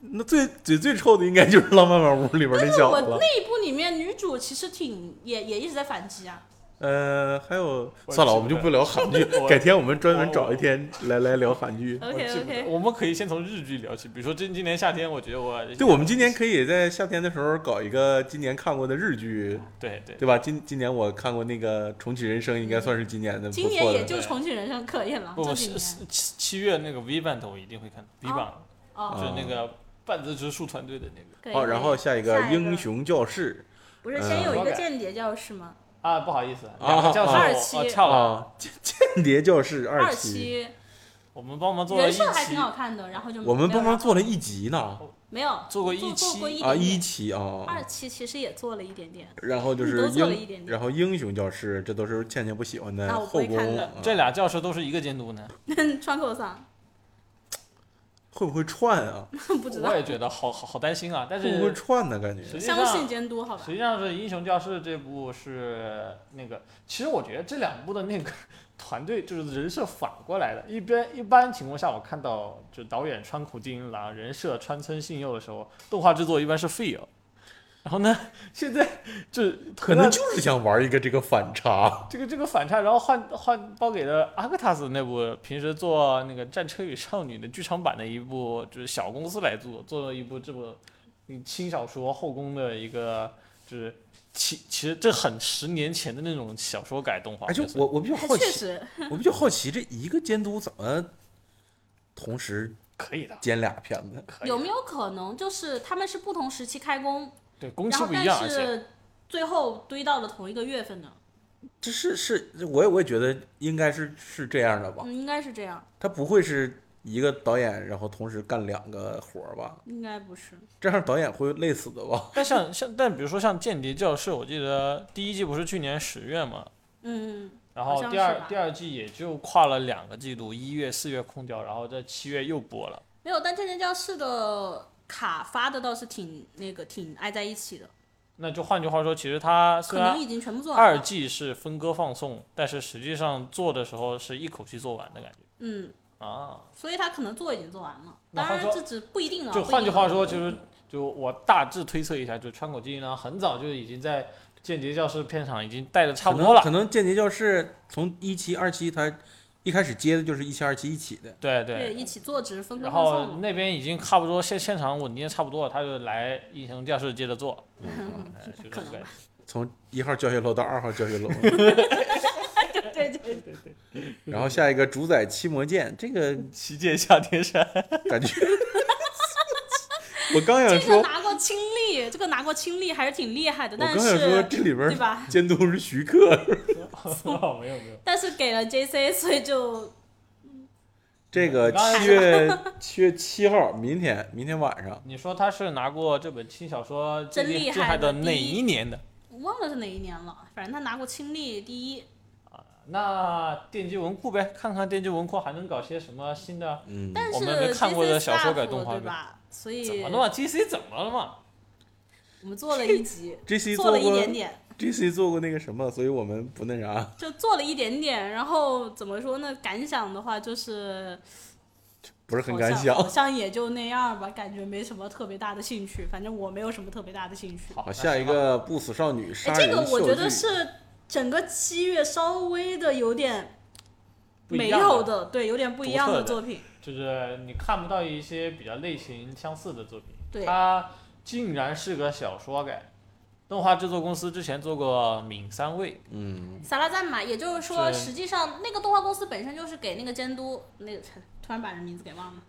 那最嘴最臭的应该就是《浪漫满屋》里边那小
我
子了。
那一部里面女主其实挺也也一直在反击啊，
呃，还有
我
算了，
记
我们就
不
不聊韩剧
我，
改天我们专
我
门找一天来来聊韩剧。
我
OK
记不得
OK，
我们可以先从日剧聊起，比如说今今年夏天，我觉得我
对，我们今年可以在夏天的时候搞一个今年看过的日剧，
对对
对吧？今今年我看过那个《重启人生》，应该算是今年的不
嗯今年
错
也
的。
就重启人生可以了，
不
啊这
不
几
是
年
是七七月那个 V 版的我一定会看，V 版
哦，
就是那个半泽直树团队的那个
可以。
嗯哦好，然后下一个
下
《
一个
英雄教室
不是先有一
嗯
个间谍教室吗？
啊，不好意思，
啊
两个教授
啊啊
我我》跳了，
啊，《间间谍教室》
二
期，
期
我们帮忙做了
人
一
设还挺
期，
好看的，然后就
我们
没有
帮忙
了
做了一集呢，
没有
做过一
做
期
过一
啊，
点
一
点
期啊，
二期其实也做了一点点，
然后就
你都
是
做了一点
英，
点
然后英雄教师，这都是倩倩不喜欢的
那我不
后
会
宫
看的
啊，
这俩教师都是一个监督呢，
川口桑
会不会串啊？
不知道
我，也觉得好好好担心啊。但
会不会
是
串呢？感觉
实际上
相信监督好吧
实？际上是《英雄教室》这部是那个，其实我觉得这两部的那个团队就是人设反过来的。一边一般情况下，我看到就导演川口金郎、人设川村信佑的时候，动画制作一般是 fail。然后呢，现在就是
可能就是想玩一个这个反 差，
这个这个反差，然后换换包给了阿克塔斯那部平时做那个《战车与少女》的剧场版的一部，就是小公司来做，做了一部这么嗯轻小说后宫的一个，就是其其实这很十年前的那种小说改动画。
而且
就是
哎我我比较好
哎确
奇，
实，
我比较好奇这一个监督怎么同时
可以的，
监俩片子？
可以的
有没有可能就是他们是不同时期开工，
对工
然
期
后
不一样，
但
而且
是最后堆到了同一个月份呢？
这是是，我也我也觉得应该是是这样的吧，
嗯，应该是这样，
他不会是一个导演，然后同时干两个活儿吧？
应该不是。
这样导演会累死的吧？
但像像但比如说像《间谍教室》，我记得第一季不是去年十月嘛，
嗯，嗯
然
好
后
像
第
是
二
吧
第二季也就跨了两个季度，一月四月空掉，然后在七月又播了。
没有，但这间教室的卡发的倒是挺那个，挺挨在一起的，
那就换句话说，其实它
可
虽
能
然
已经全部做啊完
二
了。
季是分割放送，但是实际上做的时候是一口气做完的感觉
嗯，
啊。
所以他可能做已经做完了。
那
当
换
然，
说
这只不一定啊。
就
不一
换句
定
话说，就是就我大致推测一下，就川口金呢，很早就已经在《间谍教室》片场已经带的差不多
可
了。
能《间谍教室》从一期、二期，他一开始接的就是一期、二期一起的。
对
对
对。
一起做，只是分割
然
放
后
送。
那边已经差不多现现场稳定得差不多了，他就来英雄教室接着做， 哎就这
可
种
能
感
吧
觉。
从一号教学楼到二号教学 楼，
对对对，
然后下一个主宰七魔剑，这个
旗舰下天山，
感觉，我刚想
这个
说，
拿过亲历，这个拿过亲历还是挺厉害的，
我
但
刚想说
是
这里边
对吧？
监督是徐克，
没有没有，
但是给了 JC，所以就
这个
刚才
七 月七月七号，明天明天晚上，
你说他是拿过这本轻小说最
真厉
厉
害
害的
的
哪
第一
一年的？
我忘了是哪一年了，反正他拿过亲历第一。
那电击文库呗，看看电击文库还能搞些什么新的？
嗯，
但是
我们没看过的小说改动画
JC Staff，
呗
对吧？所
怎
以
么了嘛？GC 怎么了嘛？
我们做了一集，
J C
做
做
了一
过
点点，
J C 做过那个什么，所以我们不那啥，
就做了一点点。然后怎么说呢？感想的话就是
不是很
好
敢
像
想
好。像也就那样吧，感觉没什么特别大的兴趣。反正我没有什么特别大的兴趣。
好啊
好，下一个不死少女
哎，
杀
这
人
个我
秀
觉得
剧
是整个七月稍微的有点
不
没
一样的
有的，对，有点不一样
独特的
作品。
就是你看不到一些比较类型相似的作品。
对
它竟然是个小说改。动画制作公司之前做过《敏三味
嗯，
萨拉赞嘛，也就是说，
是
实际上那个动画公司本身就是给那个监督，那个 突然把人名字给忘了。》，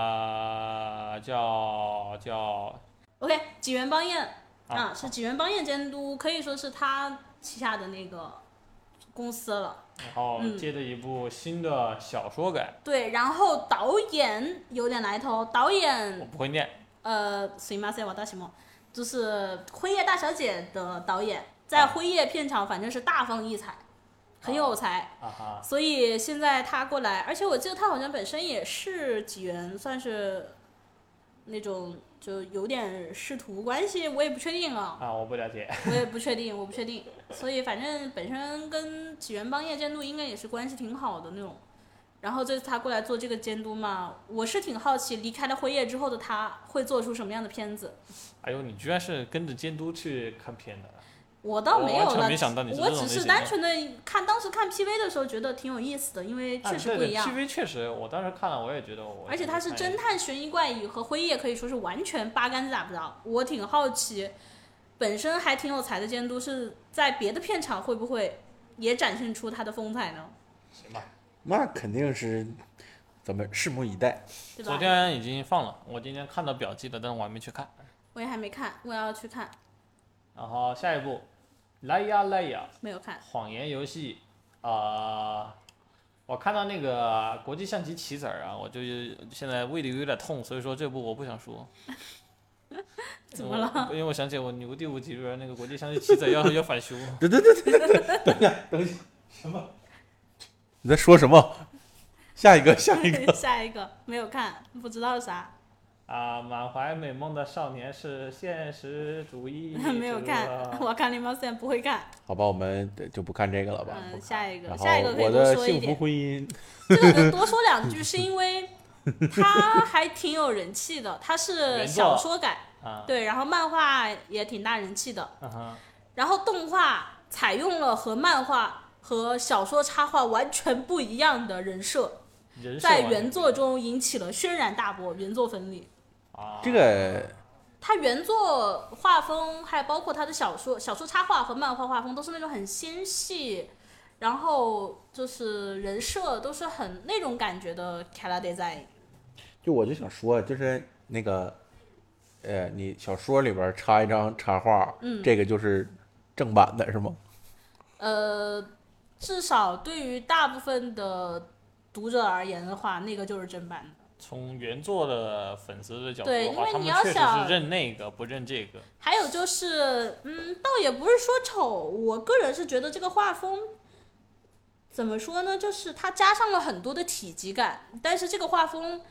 呃，叫叫
OK，几元邦彦
啊
啊，是几元邦彦监督，可以说是他旗下的那个公司了。
然后
嗯
接着一部新的小说改，
对，然后导演有点来头，导演
我不会念，
呃，水马塞瓦大西莫，就是《辉夜大小姐》的导演，在
啊
《辉夜》片场反正是大放异彩，很有才。
啊哈，
所以现在他过来，而且我记得他好像本身也是几元，算是那种就有点师徒关系，我也不确定啊，
啊，我不了解，
我也不确定，我不确定。所以反正本身跟几元帮叶监督应该也是关系挺好的那种。然后这次他过来做这个监督嘛，我是挺好奇离开了辉夜之后的他会做出什么样的片子。
哎呦，你居然是跟着监督去看片的，
我倒没有
我完
了
全没想到你，是
我
这种
只
类
是
型
单
的
纯的看当时看 PV 的时候觉得挺有意思的，因为确实不一样。
啊、对对 PV 确实，我当时看了，我也觉得我。
而且它是
看一
侦探、悬疑、怪异和辉夜，可以说是完全八竿子打不着。我挺好奇，本身还挺有才的监督是在别的片场会不会也展现出他的风采呢？
行吧。
那肯定是咱们拭目以待。
对
昨
吧？
天已经放了，我今天看到表记了，但是我还没去看。
我也还没看，我要去看，
然后下一步，莱呀莱呀，
没有看。
谎言游戏，啊、我看到那个国际象棋棋子儿啊，我就现在胃里有点痛，所以说这部我不想说。
怎么了
我？因为我想起我牛第五集里边那个国际象棋棋子儿要要反修，
等等等等等等等一下，什么？你在说什 么？下一个，下一个。
下一个没有看，不知道啥。
啊，满怀美梦的少年是现实主义。
没有
啊
看，我看狸猫虽然不会看。
好吧，我们就不看这个了吧。
嗯，
不看
下一个，
然
下一个
后
可以
我
多
的
说
幸
一
福
点。
婚姻，
这个能多说两句，是 因为它还挺有人气的，它是
原
小
作
说改，
啊，
对，然后漫画也挺大人气的，
嗯哼，
然后动画采用了和漫画和小说插画完全不一样的人设，
人设
在
完
原
全
作中引起了轩然大波，原作粉里。
啊，
这个
它原作画风，还包括它的小说、小说插画和漫画画风，都是那种很纤细，然后就是人设都是很那种感觉的 c a r a design。
就我就想说，就是那个，呃，你小说里边插一张插画，
嗯
这个就是正版的是吗？
呃，至少对于大部分的读者而言的话，那个就是正版的。
从原作的粉丝的角度
对
的
因
话，
为
他
你
们
要
确实
想
是认那个不认这个。
还有就是，嗯，倒也不是说丑，我个人是觉得这个画风怎么说呢，就是它加上了很多的体积感，但是这个画风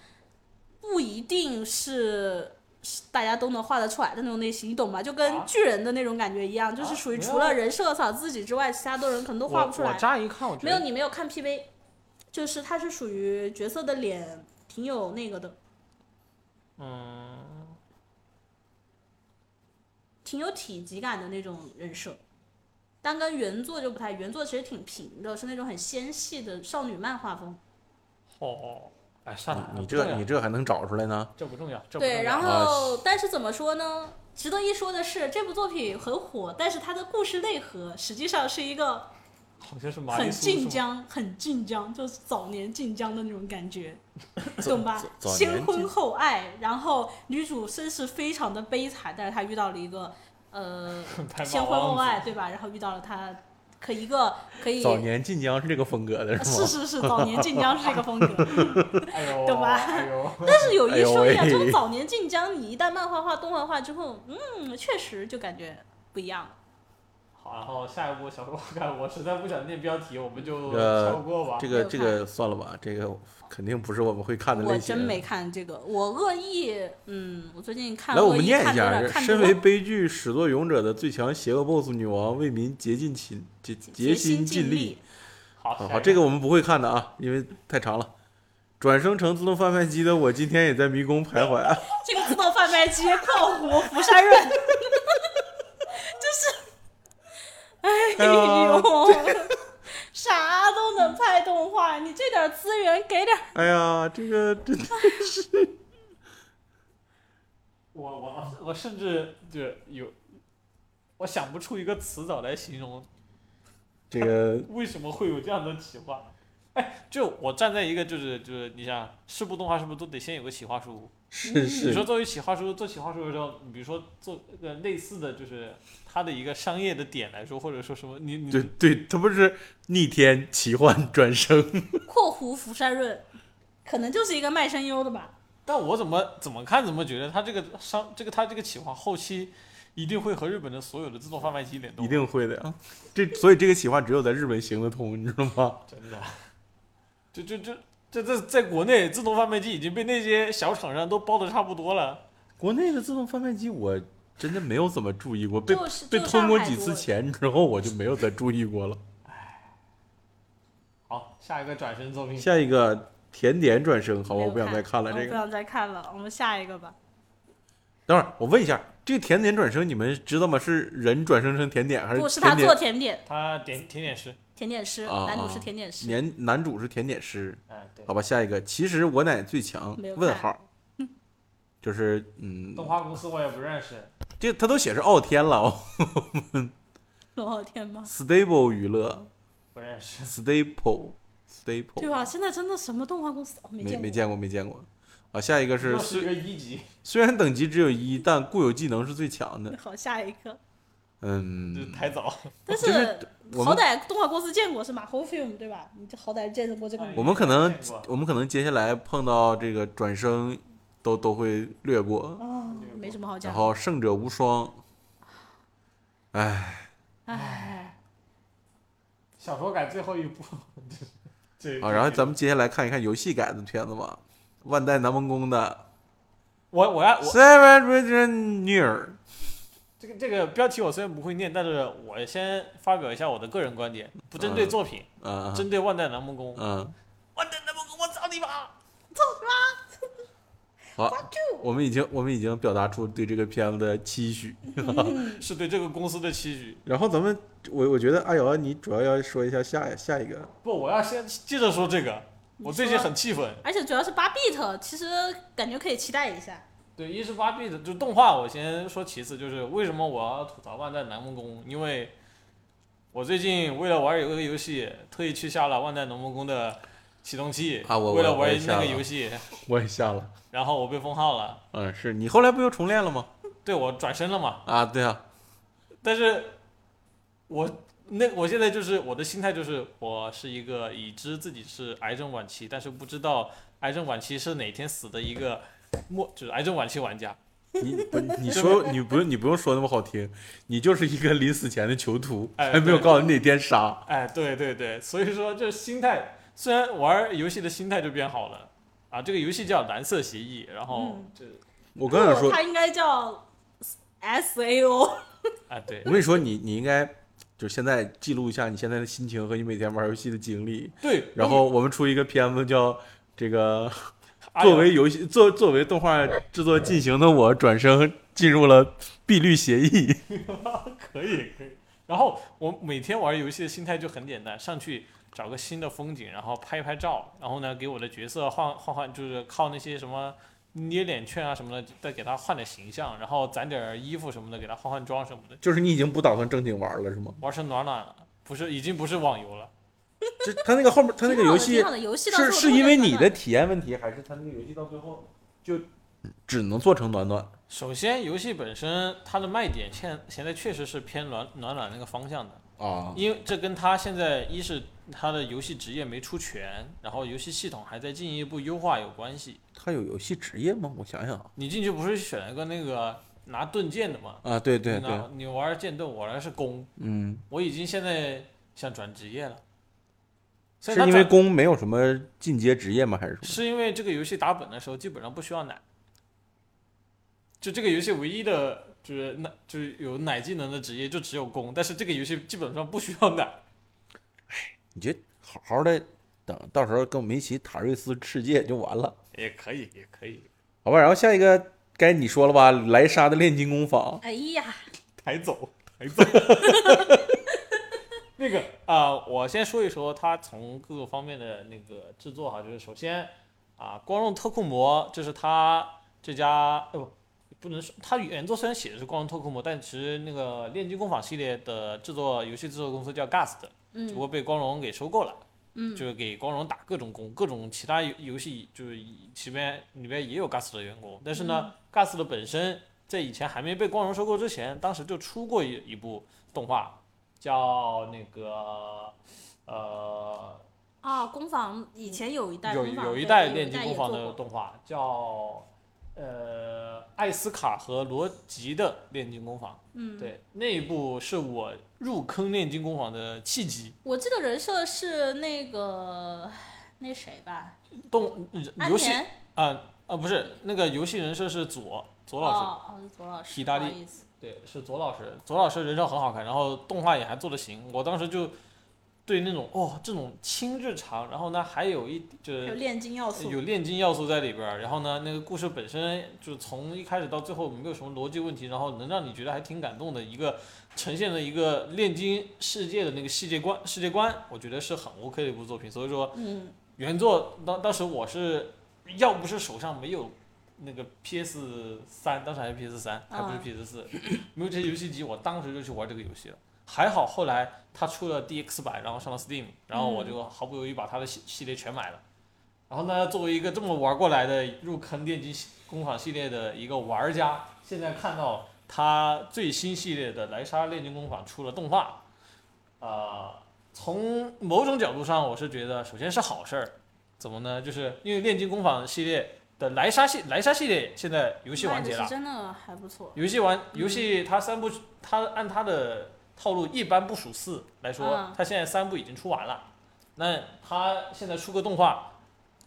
不一定是是大家都能画得出来的那种类型，你懂吧？就
啊
跟巨人的那种感觉一样，就是
啊
属于
没
除
有
了人设草自己之外，其他的人可能都画不出
我
来
我。乍一看，我觉
没有，
得
你没有看 PV，就是它是属于角色的脸挺有那个的，
嗯，
挺有体积感的那种人设，但跟原作就不太，原作其实挺平的，是那种很纤细的少女漫画风。
哦，哎，算了，
你你
不重
这
要
你这还能找出来呢？
这不重要，这不重要。
对，然
啊
后但是怎么说呢？值得一说的是，这部作品很火，但是它的故事内核实际上是一个
好像是玛丽
很
苏
晋
是吗
江、很晋江，就是早年晋江的那种感 觉，懂吧
早？早年
先婚
晋
后爱，然后女主身世非常的悲惨，但是她遇到了一个呃
白马
先婚后
王子
爱，对吧？然后遇到了他可一个可以
早年晋江是这个风格的是
哎 是
吗？
是是，早年晋江是这个 风格。
哎呦，
懂吧
哎呦，
但是有
哎
一
呦
说一啊，
喂
这种早年晋江，你一旦漫画化、动画化之后，嗯，确实就感觉不一样了。
好，然后下一步小说看，我实在不想念标题，我们就
呃
跳过吧。
这
没
个
有
这个算了吧，这个肯定不是我们会看的
我
类型。
真没看这个，我恶意，嗯，我最近看
来，我
恶
们
意
念
看
一
的有
下
点：看多
身为
了。
悲剧始作俑者的最强邪恶 BOSS 女王，为民竭尽勤竭竭
心
心尽
力。，
好，
啊，
下
好，
一
这个我们不会看的啊，因为太长了。转生成自动贩卖机的我，今天也在迷宫徘徊 啊。
这个自动贩卖机（括弧福 山润），
啊
就是，哎
呀
呦，啥都能拍动画，你这点资源给点儿。
哎呀，这个真的
我我我甚至就是有，我想不出一个词藻来形容
这个
为什么会有这样的企划。哎，就我站在一个就是就是你想，是部动画是不是都得先有个企划书？
是
你说
是，
作为企划书做企划书的时候，你比如说做呃类似的就是它的一个商业的点来说，或者说什么你你
对对，它不是逆天奇幻转生，
（括弧福山润）可能就是一个卖声优的吧。
但我怎么怎么看怎么觉得他这个商这个他这个企划后期一定会和日本的所有的自动贩卖机联动，
一定会的呀。啊这所以这个企划只有在日本行得通，你知道吗？
真的，就就就这这在国内自动贩卖机已经被那些小厂商都包的差不多了，
国内的自动贩卖机我真的没有怎么注意过，被
就是
被
就
吞过
上海
几次
多
钱之后，我就没有再注意过了。
好，下一个转身作 品，
下一个甜点转生，好吧，
嗯没有
我不想再看了
我
这
不
个。
想再看了，我们下一个吧。
等会儿我问一下，这个甜点转生你们知道吗？是人转生成甜点还
不是他
甜
做
点？
甜点，
他点甜点师，
甜点师，
啊
男主是
啊
甜点师。
男男主是甜点师，
哎对，
好吧，下一个，其实我乃最强
没有？
问
看
号，
嗯
就是嗯，
动画公司我也不认识，
这他都写是傲天了哦。
我、哦、天吗？
Stable 娱乐
不认识，
，Stable
对
Stable，
吧？现在真的什么动画公司、哦、没
没没
见 过。
见过没见过。啊，下一个是
又是一
虽
个一级，
虽然等级只有一，但固有技能是最强的。
好，下一个。
嗯，
太早。
但
哦就是我
好
们
歹动画公司见过是马猴 film 对吧？你这好歹见识过这个名字。
我们可能
见过
我们可能接下来碰到这个转生都都会略过，
啊，没什么好
然
讲。
后胜者无双，哎，
唉，
小说改最后一部，这
啊，然后咱们接下来看一看游戏改的片子吧，万代南梦宫的
我我要
《
我
Seven Engineer》，
这个这个标题我虽然不会念，但是我先发表一下我的个人观点，不针对
嗯
作品，
嗯
针对万代南梦宫。
嗯，
万代南梦宫，我操你妈！
好，我们已经我们已经表达出对这个片子的期许，
是对这个公司的期许。
然后咱们我我觉得阿瑶你主要要说一下下下一个，
不，我要先接着说这个，我最近很气愤。
而且主要是八 bit，其实感觉可以期待一下。
对，一是八 B 的，就动画，我先说其次，就是为什么我要吐槽万代南梦宫，因为我最近为了玩有一个游戏，特意去下了万代南梦宫的启动器，
啊我
为了
我我也
玩
下
那个
了
游戏，
我也下了，
然后我被封号了，
嗯，是你后来不又重练了吗？
对我转身了嘛，
啊，对啊，
但是我那我现在就是我的心态就是我是一个已知自己是癌症晚期，但是不知道癌症晚期是哪天死的一个末就是癌症晚期玩家。
你不，你说你不用你不用说那么好听，你就是一个临死前的囚徒，
哎
还没有
对
告诉你哪天杀。
哎，对对对，所以说这心态虽然玩游戏的心态就变好了啊，这个游戏叫《蓝色协议》，然后
嗯
这、
我刚想说，
它应该叫 S A O。
哎对
我跟你说，你你应该就现在记录一下你现在的心情和你每天玩游戏的经历，
对，
然后我们出一个片子叫。这个
哎呦
作为游戏作作为动画制作进行的我，转身进入了碧绿协议。
可以可以。然后我每天玩游戏的心态就很简单，上去找个新的风景，然后拍一拍照，然后呢给我的角色换换换，就是靠那些什么捏脸券啊什么的，再给他换点形象，然后攒点儿衣服什么的，给他换换装什么的，
就是你已经不打算正经玩了，是吗？
玩成暖暖了，不是已经不是网游了。
就他那个后面，他那个游
挺
戏
好的挺好的游戏到最
是
后
是
都会
因为
很
你
暖
的体验问题，还是他那个游戏到最后就只能做成暖暖？
首先，游戏本身它的卖点现现在确实是偏暖暖暖那个方向的，
啊，
因为这跟他现在一是他的游戏职业没出全，然后游戏系统还在进一步优化有关系。
他有游戏职业吗？我想想啊，
你进去不是选了个那个拿盾剑的吗？
啊，对对
你拿
对，
你玩剑盾，我玩的是弓，
嗯，
我已经现在想转职业了。
是
虽然它
因为
转
弓没有什么进阶职业吗？还是什么？
是因为这个游戏打本的时候基本上不需要奶，就这个游戏唯一的就是奶就是有奶技能的职业就只有弓，但是这个游戏基本上不需要奶。
你就好好的等到时候跟我们一起塔瑞斯世界就完了，
也可以，也可以，
好吧？然后下一个该你说了吧，莱莎的炼金工坊，
哎呀，
抬走，抬走。 那个啊、我先说一说它从各个方面的那个制作哈，就是首先啊，光荣特库摩》这是它这家呃不。不能说，它原作虽然写的是《光荣特库摩》，但其实那个《炼金工坊》系列的制作游戏制作公司叫 Gust，只
嗯
不过被光荣给收购了。
嗯，
就是给光荣打各种工，各种其他游游戏就是里边里边也有 GAS 的员工，但是
嗯
呢、g a s 的本身在以前还没被光荣收购之前，当时就出过一一部动画，叫那个呃
啊，工坊以前有一代
有
工坊
有一
对
代
有
炼金
也
工坊
做
的
过
动画叫呃艾斯卡和罗吉的炼金工坊，
嗯，
对那一部是我入坑炼金工坊的契机，
我记得人设是那个那谁吧，
动
安
游戏啊
田
啊、不是那个游戏人设是左左老师。
哦，哦是左老师，
意大
不好
利
意思
对，是左老师，左老师人设很好看，然后动画也还做得行。我当时就对那种哦，这种轻日常，然后呢还有一就
有
是
炼金要素，
有炼金要素在里边儿，然后呢那个故事本身就从一开始到最后没有什么逻辑问题，然后能让你觉得还挺感动的一个呈现了一个炼金世界的那个世界观世界观，我觉得是很 OK 的一部作品。所以说
嗯，
原作当当时我是要不是手上没有那个 PS 三，当时还是 PS 三，还不是
啊
PS 四、没有这些游戏机，我当时就去玩这个游戏了。还好后来它出了 DX 版，然后上了 Steam，然后我就毫不犹豫把它的系系列全买了。然后呢，作为一个这么玩过来的入坑电击工坊系列的一个玩家，现在看到它最新系列的《莱莎炼金工坊》出了动画，啊、从某种角度上，我是觉得首先是好事儿，怎么呢？就是因为《炼金工坊》系列的莱莎系莱莎系列现在游戏完结
卖的
了
是，真的还不错。
游戏完
嗯
游戏它三部，它按它的套路一般不数四来说
嗯，
它现在三部已经出完了，那它现在出个动画，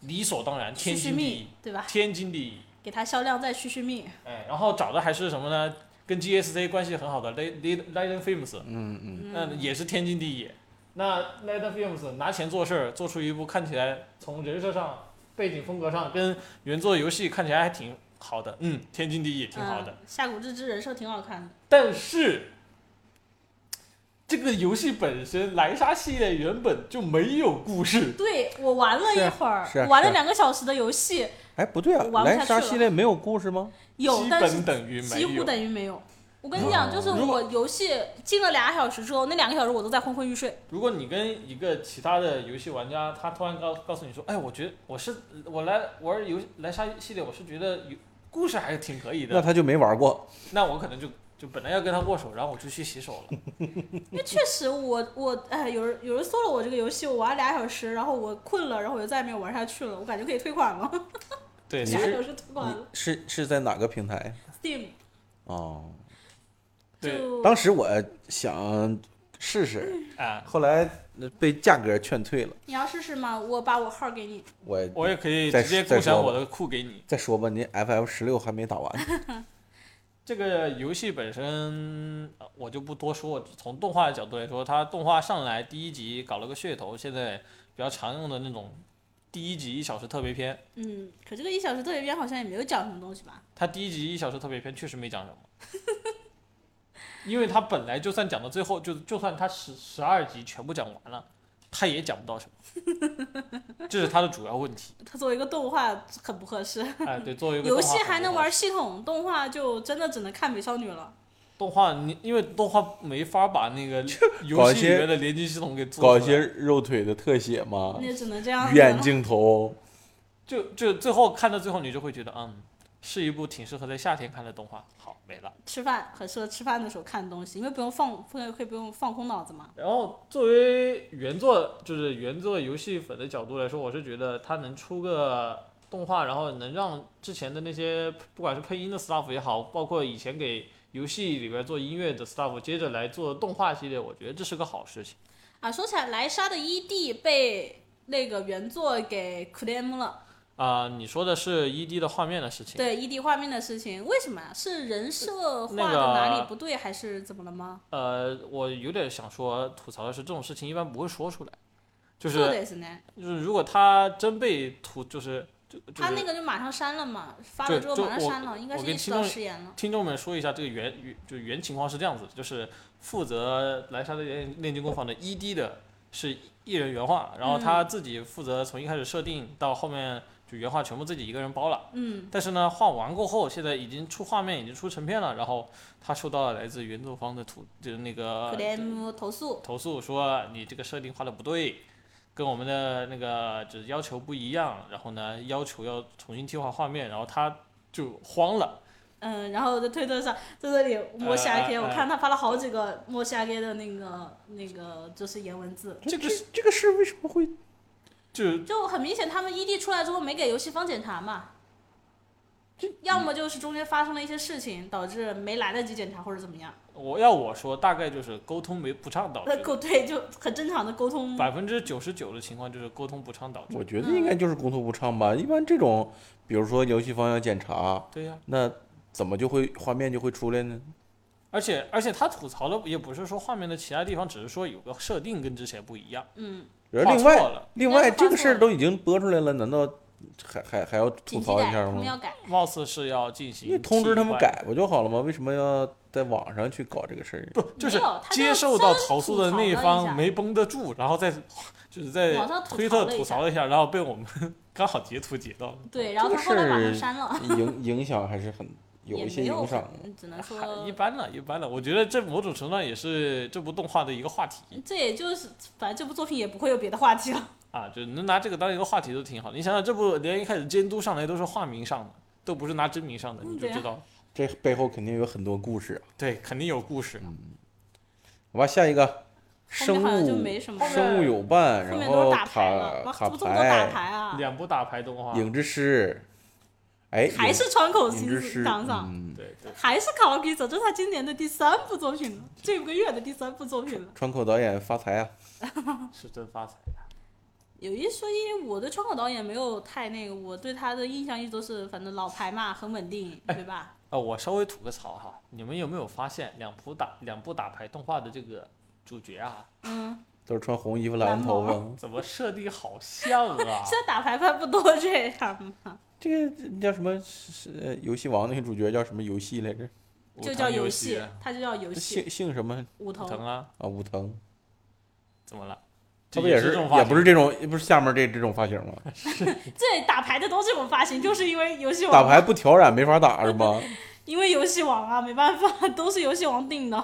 理所当然
续
天
续
经地
命
义，
对吧？
天经地义。
给它销量再续续命。
哎，然后找的还是什么呢？跟 GSC 关系很好的 Lay Lay Lighten Films，
嗯嗯，
嗯，也是天经地义。那 Lighten Films 拿钱做事儿，做出一部看起来从人设上、背景风格上跟原作游戏看起来还挺好的，嗯，天经地义，挺好的。
嗯下古之之人设挺好看的，
但是这个游戏本身，莱莎系列原本就没有故事，
对我玩了
是
一
啊
会儿，
是啊
玩了
是啊
两个小时的游戏，
哎，不对啊
我，玩不下
莱莎
去了
系列没有故事吗？
有
基
但是
本等于没
几乎
有。
等于没有。我跟你
哦
讲，就是
如
我游戏进了俩小时之后，那两个小时我都在昏昏欲睡。
如果你跟一个其他的游戏玩家，他突然告告诉你说，哎，我觉得我是我来玩游莱莎系列，我是觉得有故事还是挺可以
那
的，
他就没玩过。
那我可能就就本来要跟他握手，然后我就去洗手了。
因为确实我，我哎，有人有人搜了我这个游戏，我玩了俩小时，然后我困了，然后我就再也没有玩下去了。我感觉可以退款了，
对，其
俩
实
小时退款
你
了。
嗯是是在哪个平台？
Steam
哦，
对
就
当时我想试
嗯
试，
啊，
后来被价格劝退了。
你要试试吗？我把我号给你。
我
我也可以
再
直接
再
共享
说吧
我的库给你。
再说吧，你 FF 十六还没打完，
这个游戏本身呃我就不多说，从动画的角度来说，它动画上来第一集搞了个噱头，现在比较常用的那种第一集一小时特别篇，
嗯，可这个一小时特别篇好像也没有讲什么东西吧？
它第一集一小时特别篇确实没讲什么，因为它本来就算讲到最后，就就算它十十二集全部讲完了，它也讲不到什么，这是它的主要问题。
它作为一个动画很不合适。
哎，对，作为一个
游
动画
戏
粉
还
的
能
话
玩系统，动画就真的只能看美少女了。
动画，你因为动画没法把那个
搞
游
一
戏
些
里面的联机系统给做
搞一
出
些
来
肉腿的特写
啊
嘛，
那只能这样
鱼
子
眼
了。
镜头。
就就最后看到最后，你就会觉得，嗯，是一部挺适合在夏天看的动画。好，没了。
吃饭很适合吃饭的时候看东西，因为不用放，不可以不用放空脑子嘛。
然后作为原作，就是原作游戏粉的角度来说，我是觉得它能出个动画，然后能让之前的那些不管是配音的 staff 也好，包括以前给游戏里边做音乐的 staff，接着来做动画系列，我觉得这是个好事情。
啊，说起来，莱莎的 ED 被那个原作给 claim 了，
啊、你说的是 ED 的画面的事情。
对 ED 画面的事情，为什么啊？是人设画
那
的
个
哪里不对，还是怎么了吗？
呃，我有点想说吐槽的是，这种事情一般不会说出来，就
就是得是呢，
就是如果他真被吐，就是就就
他
是
那个就马上删了嘛，发了之后
就
马上
我
删了，应该
我
是
跟
意识
听
到
众
食言了。
听众们说一下这个原原就原情况是这样子的，就是负责莱莎的炼炼金工坊的 ED 的是一人原画，然后他自己负责从一开始设定到后面就原画全部自己一个人包了。
嗯，
但是呢，画完过后，现在已经出画面，已经出成片了，然后他收到了来自原作方的图，就是那个
claim 投诉，
投诉说你这个设定画的不对，跟我们的那个就是要求不一样，然后呢要求要重新替换画面，然后他就慌了。
嗯，然后在推特上，在这里
哎
摸虾 K，、
呃呃
我看他发了好几个摸虾 K 的那个那个就是颜文字，
这个是
这个事为什么会？
就
就很明显他们 ED 出来之后没给游戏方检查嘛，要么就是中间发生了一些事情导致没来得及检查或者怎么样，
我要我说，大概就是沟通没不畅导
那
致
沟
的。
对就很正常的沟
嗯
通，
百分之九十九的情况就是沟通不畅导致
我
的。
觉得应该
嗯
就是公投不畅吧。一般这种，比如说游戏方要检查，
对呀、
那怎么就会画面就会出来呢？
而且而且他吐槽的也不是说画面的其他地方，只是说有个设定跟之前不一样，
嗯，
然后
画
另
错
外，
了，
另
那
外
就画
这个事
错
儿
了
都已经播出来了，难道还还还要吐
紧急
槽一
改，
下
他们要
吗？
改，
貌似是要进行
你通知他们
替换，
改不就好了吗？为什么要在网上去搞这个事儿？
不就是
没有他就
接受到
稍微
投诉的那一
吐槽了一下
方没绷得住，然后再就是在
网上吐槽
推特
了一
吐
下
槽了一下，然后被我们刚好截图截到了。
对，然后
这
他
个
后来马
事
上
儿
删了，
影影响还是很有
也
一些
没有
影响的。
很，只能
还
说
一般了，一般了。我觉得这某种程度上也是这部动画的一个话题
这也就是反正这部作品也不会有别的话题了。
啊，就能拿这个当一个话题都挺好的。你想想，这部连一开始监督上来都是化名上的，都不是拿真名上的，
嗯
你就
对啊
知道
这背后肯定有很多故事啊。
对，肯定有故事。
好吧，下一个
后
生
面好像就
物
没什么
后面
生物有伴，
后
然
面都是
后
打牌
卡
了，哇，
卡
怎么这么多打
牌、
牌啊？
两部打牌动画，
影之师，哎，
还是川口
影
新
之
司
师，
当上，
嗯，
对对，
还是卡拉基佐，这是他今年的第三部作品了，这个月的第三部作品了。
川口导演发财啊，
是真发财呀！
有一说一，我对川口导演没有太那个，我对他的印象一直都是，反正老牌嘛，很稳定，对吧？
啊，我稍微吐个槽哈，你们有没有发现两部打两部打牌动画的这个主角啊，
嗯，？
都是穿红衣服蓝头发。
怎么设定好像啊
现在打牌牌不都这样吗？
这个叫什么？是是呃游戏王那个主角叫什么游戏来着？
武
就
藤
叫
游
游戏，啊哦他就叫游戏
姓姓什么
五头。
疼啊？
啊？武藤，
怎么了？
他
这
不也
是
是
这种发
也不是这种，不是下面这这种发型 吗？
这打牌的都这种发型，就是因为游戏王
打牌不挑染没法打是 吧？
因为游戏王啊，没办法，都是游戏王定的。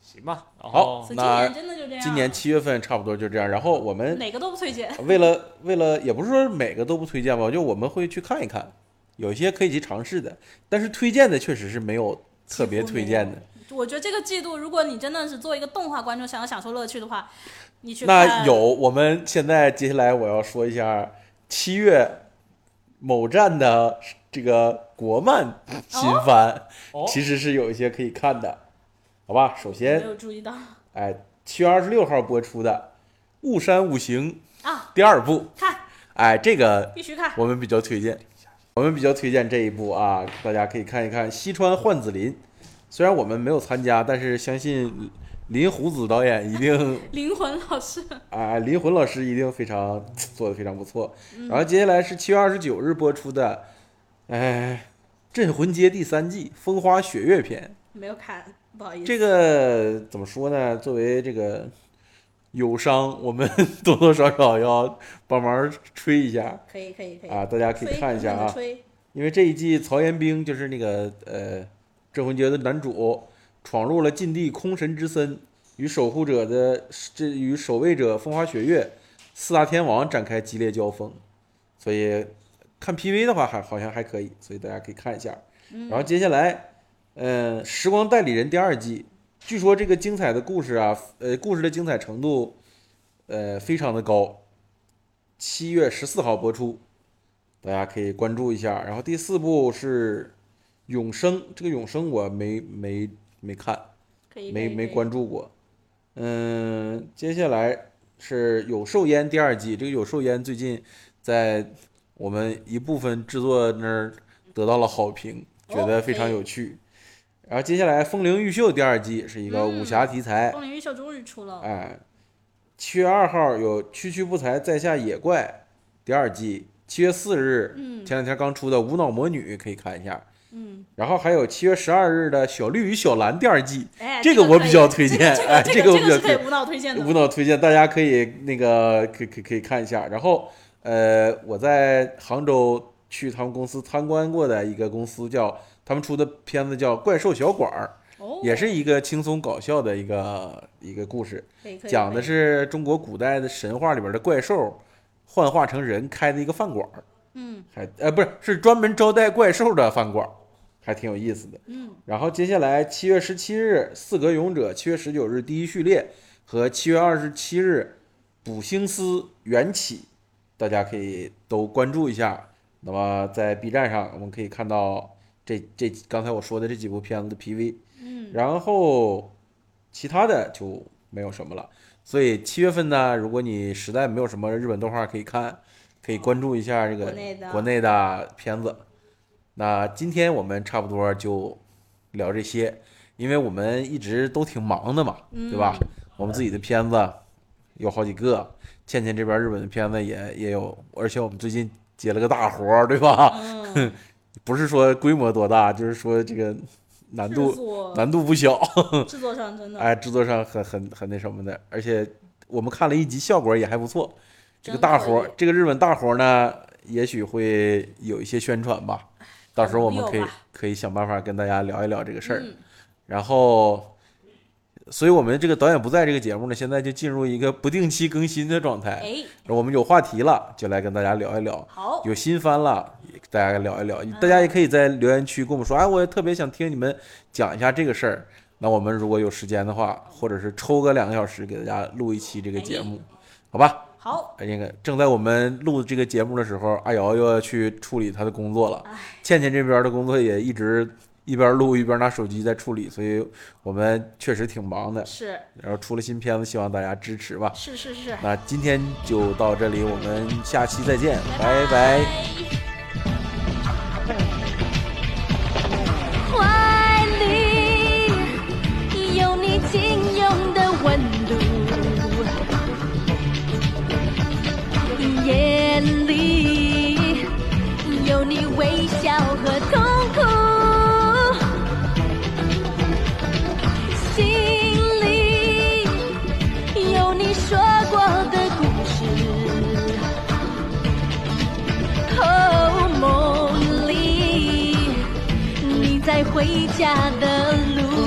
行吧？然
好
后
所以今
那
年真的就这样。
今年七月份差不多就这样。然后我们
哪个都不推荐，
为了为了也不是说每个都不推荐吧，就我们会去看一看，有些可以去尝试的，但是推荐的确实是没有特别推荐的。
我觉得这个季度，如果你真的是做一个动画观众，想要享受乐趣的话，你去
那
看
有，我们现在接下来我要说一下七月某站的这个国漫新番，
哦，
其实是有一些可以看的，好吧？首
没
先，
有注意到
哎，七月二十六号播出的《雾山五行
啊？》
第二部，
看，
哎，这个
必须看。
我们比较推荐，我们比较推荐这一部啊，大家可以看一看西川幻子林。虽然我们没有参加，但是相信林胡子导演一定
灵魂老师，
啊，林魂老师一定非常做的非常不错。然后接下来是七月二十九日播出的，哎，《镇魂街》第三季《风花雪月篇
没有看，不好意》思。
这个怎么说呢？作为这个友商，我们 多多少少要帮忙吹一下
可以可以可以，
啊，大家可以
吹
看一下
慢慢
啊
地，吹
因为这一季曹彦兵就是那个呃《镇魂街》的男主，闯入了禁地空神之森，与守护者的这与守卫者风花雪月四大天王展开激烈交锋，所以看 PV 的话还好像还可以，所以大家可以看一下。然后接下来，嗯、呃，《时光代理人》第二季，据说这个精彩的故事啊，呃，故事的精彩程度，呃，非常的高。七月十四号播出，大家可以关注一下。然后第四部是《永生》，这个《永生》我没没没看，
可以
没没。
可以可以
关注过。嗯，接下来是《有寿烟》第二季，这个《有寿烟》最近在我们一部分制作那儿得到了好评，
哦
觉得非常有趣。然后接下来《风铃玉秀》第二季是一个武侠题材，
风铃玉秀终于出了，
哎，七月二号有《区区不才在下野怪》第二季，七月四日，
嗯
前两天刚出的《无脑魔女》可以看一下。
嗯，
然后还有七月十二日的《小绿与小蓝》第二季，
哎，
这
个
个我比较
可
推
以
荐，
这个
哎，
这
个
个
我
这
比较
个是可
推
以无脑推荐的
无。脑推荐，大家可以那个可以可以可以看一下。然后呃，我在杭州去他们公司参观过的一个公司叫他们出的片子叫《怪兽小馆儿》，
哦，
也是一个轻松搞笑的一个一个故事，
可以可以
讲
可
的
以
是中国古代的神话里边的怪兽幻化成人开的一个饭馆儿，
嗯
还呃不是是专门招待怪兽的饭馆儿，还挺有意思的。
嗯，
然后接下来七月十七日《四格勇者》，七月十九日第一序列和七月二十七日《捕星司缘起》，大家可以都关注一下。那么在 B 站上，我们可以看到这这刚才我说的这几部片子的 PV。嗯，然后其他的就没有什么了。所以七月份呢，如果你实在没有什么日本动画可以看，可以关注一下这个
国内的
国内的片子。那今天我们差不多就聊这些，因为我们一直都挺忙的嘛，
嗯
对吧？我们自己的片子有好几个，倩倩这边日本的片子也也有，而且我们最近接了个大活儿，对吧？不是说规模多大，就是说这个 难
制
度
作嗯
难度不小，
制作上真的
哎，制作上很很很那什么的，而且我们看了一集，效果也还不错。这个
真
大
可
活
以
儿，这个日本大活儿呢，也许会有一些宣传吧，到时候我们
哎有
可以
吧
可以想办法跟大家聊一聊这个事儿。
嗯
然后所以我们这个导演不在这个节目呢，现在就进入一个不定期更新的状态。
哎，
我们有话题了，就来跟大家聊一聊。
好，
有新番了，大家聊一聊。大家也可以在留言区跟我们说，哎，我也特别想听你们讲一下这个事儿。那我们如果有时间的话，或者是抽个两个小时给大家录一期这个节目，好吧？
好，
哎，那个正在我们录这个节目的时候，阿瑶又要去处理她的工作了
哎。
倩倩这边的工作也一直一边录一边拿手机在处理，所以我们确实挺忙的。
是
然后出了新片子，希望大家支持吧。
是是是，
那今天就到这里，我们下期再见，拜
拜
拜。
怀里有你仅有的温度，夜里有你微笑和痛苦，心里有你说过的故事。哦，梦里，你在回家的路。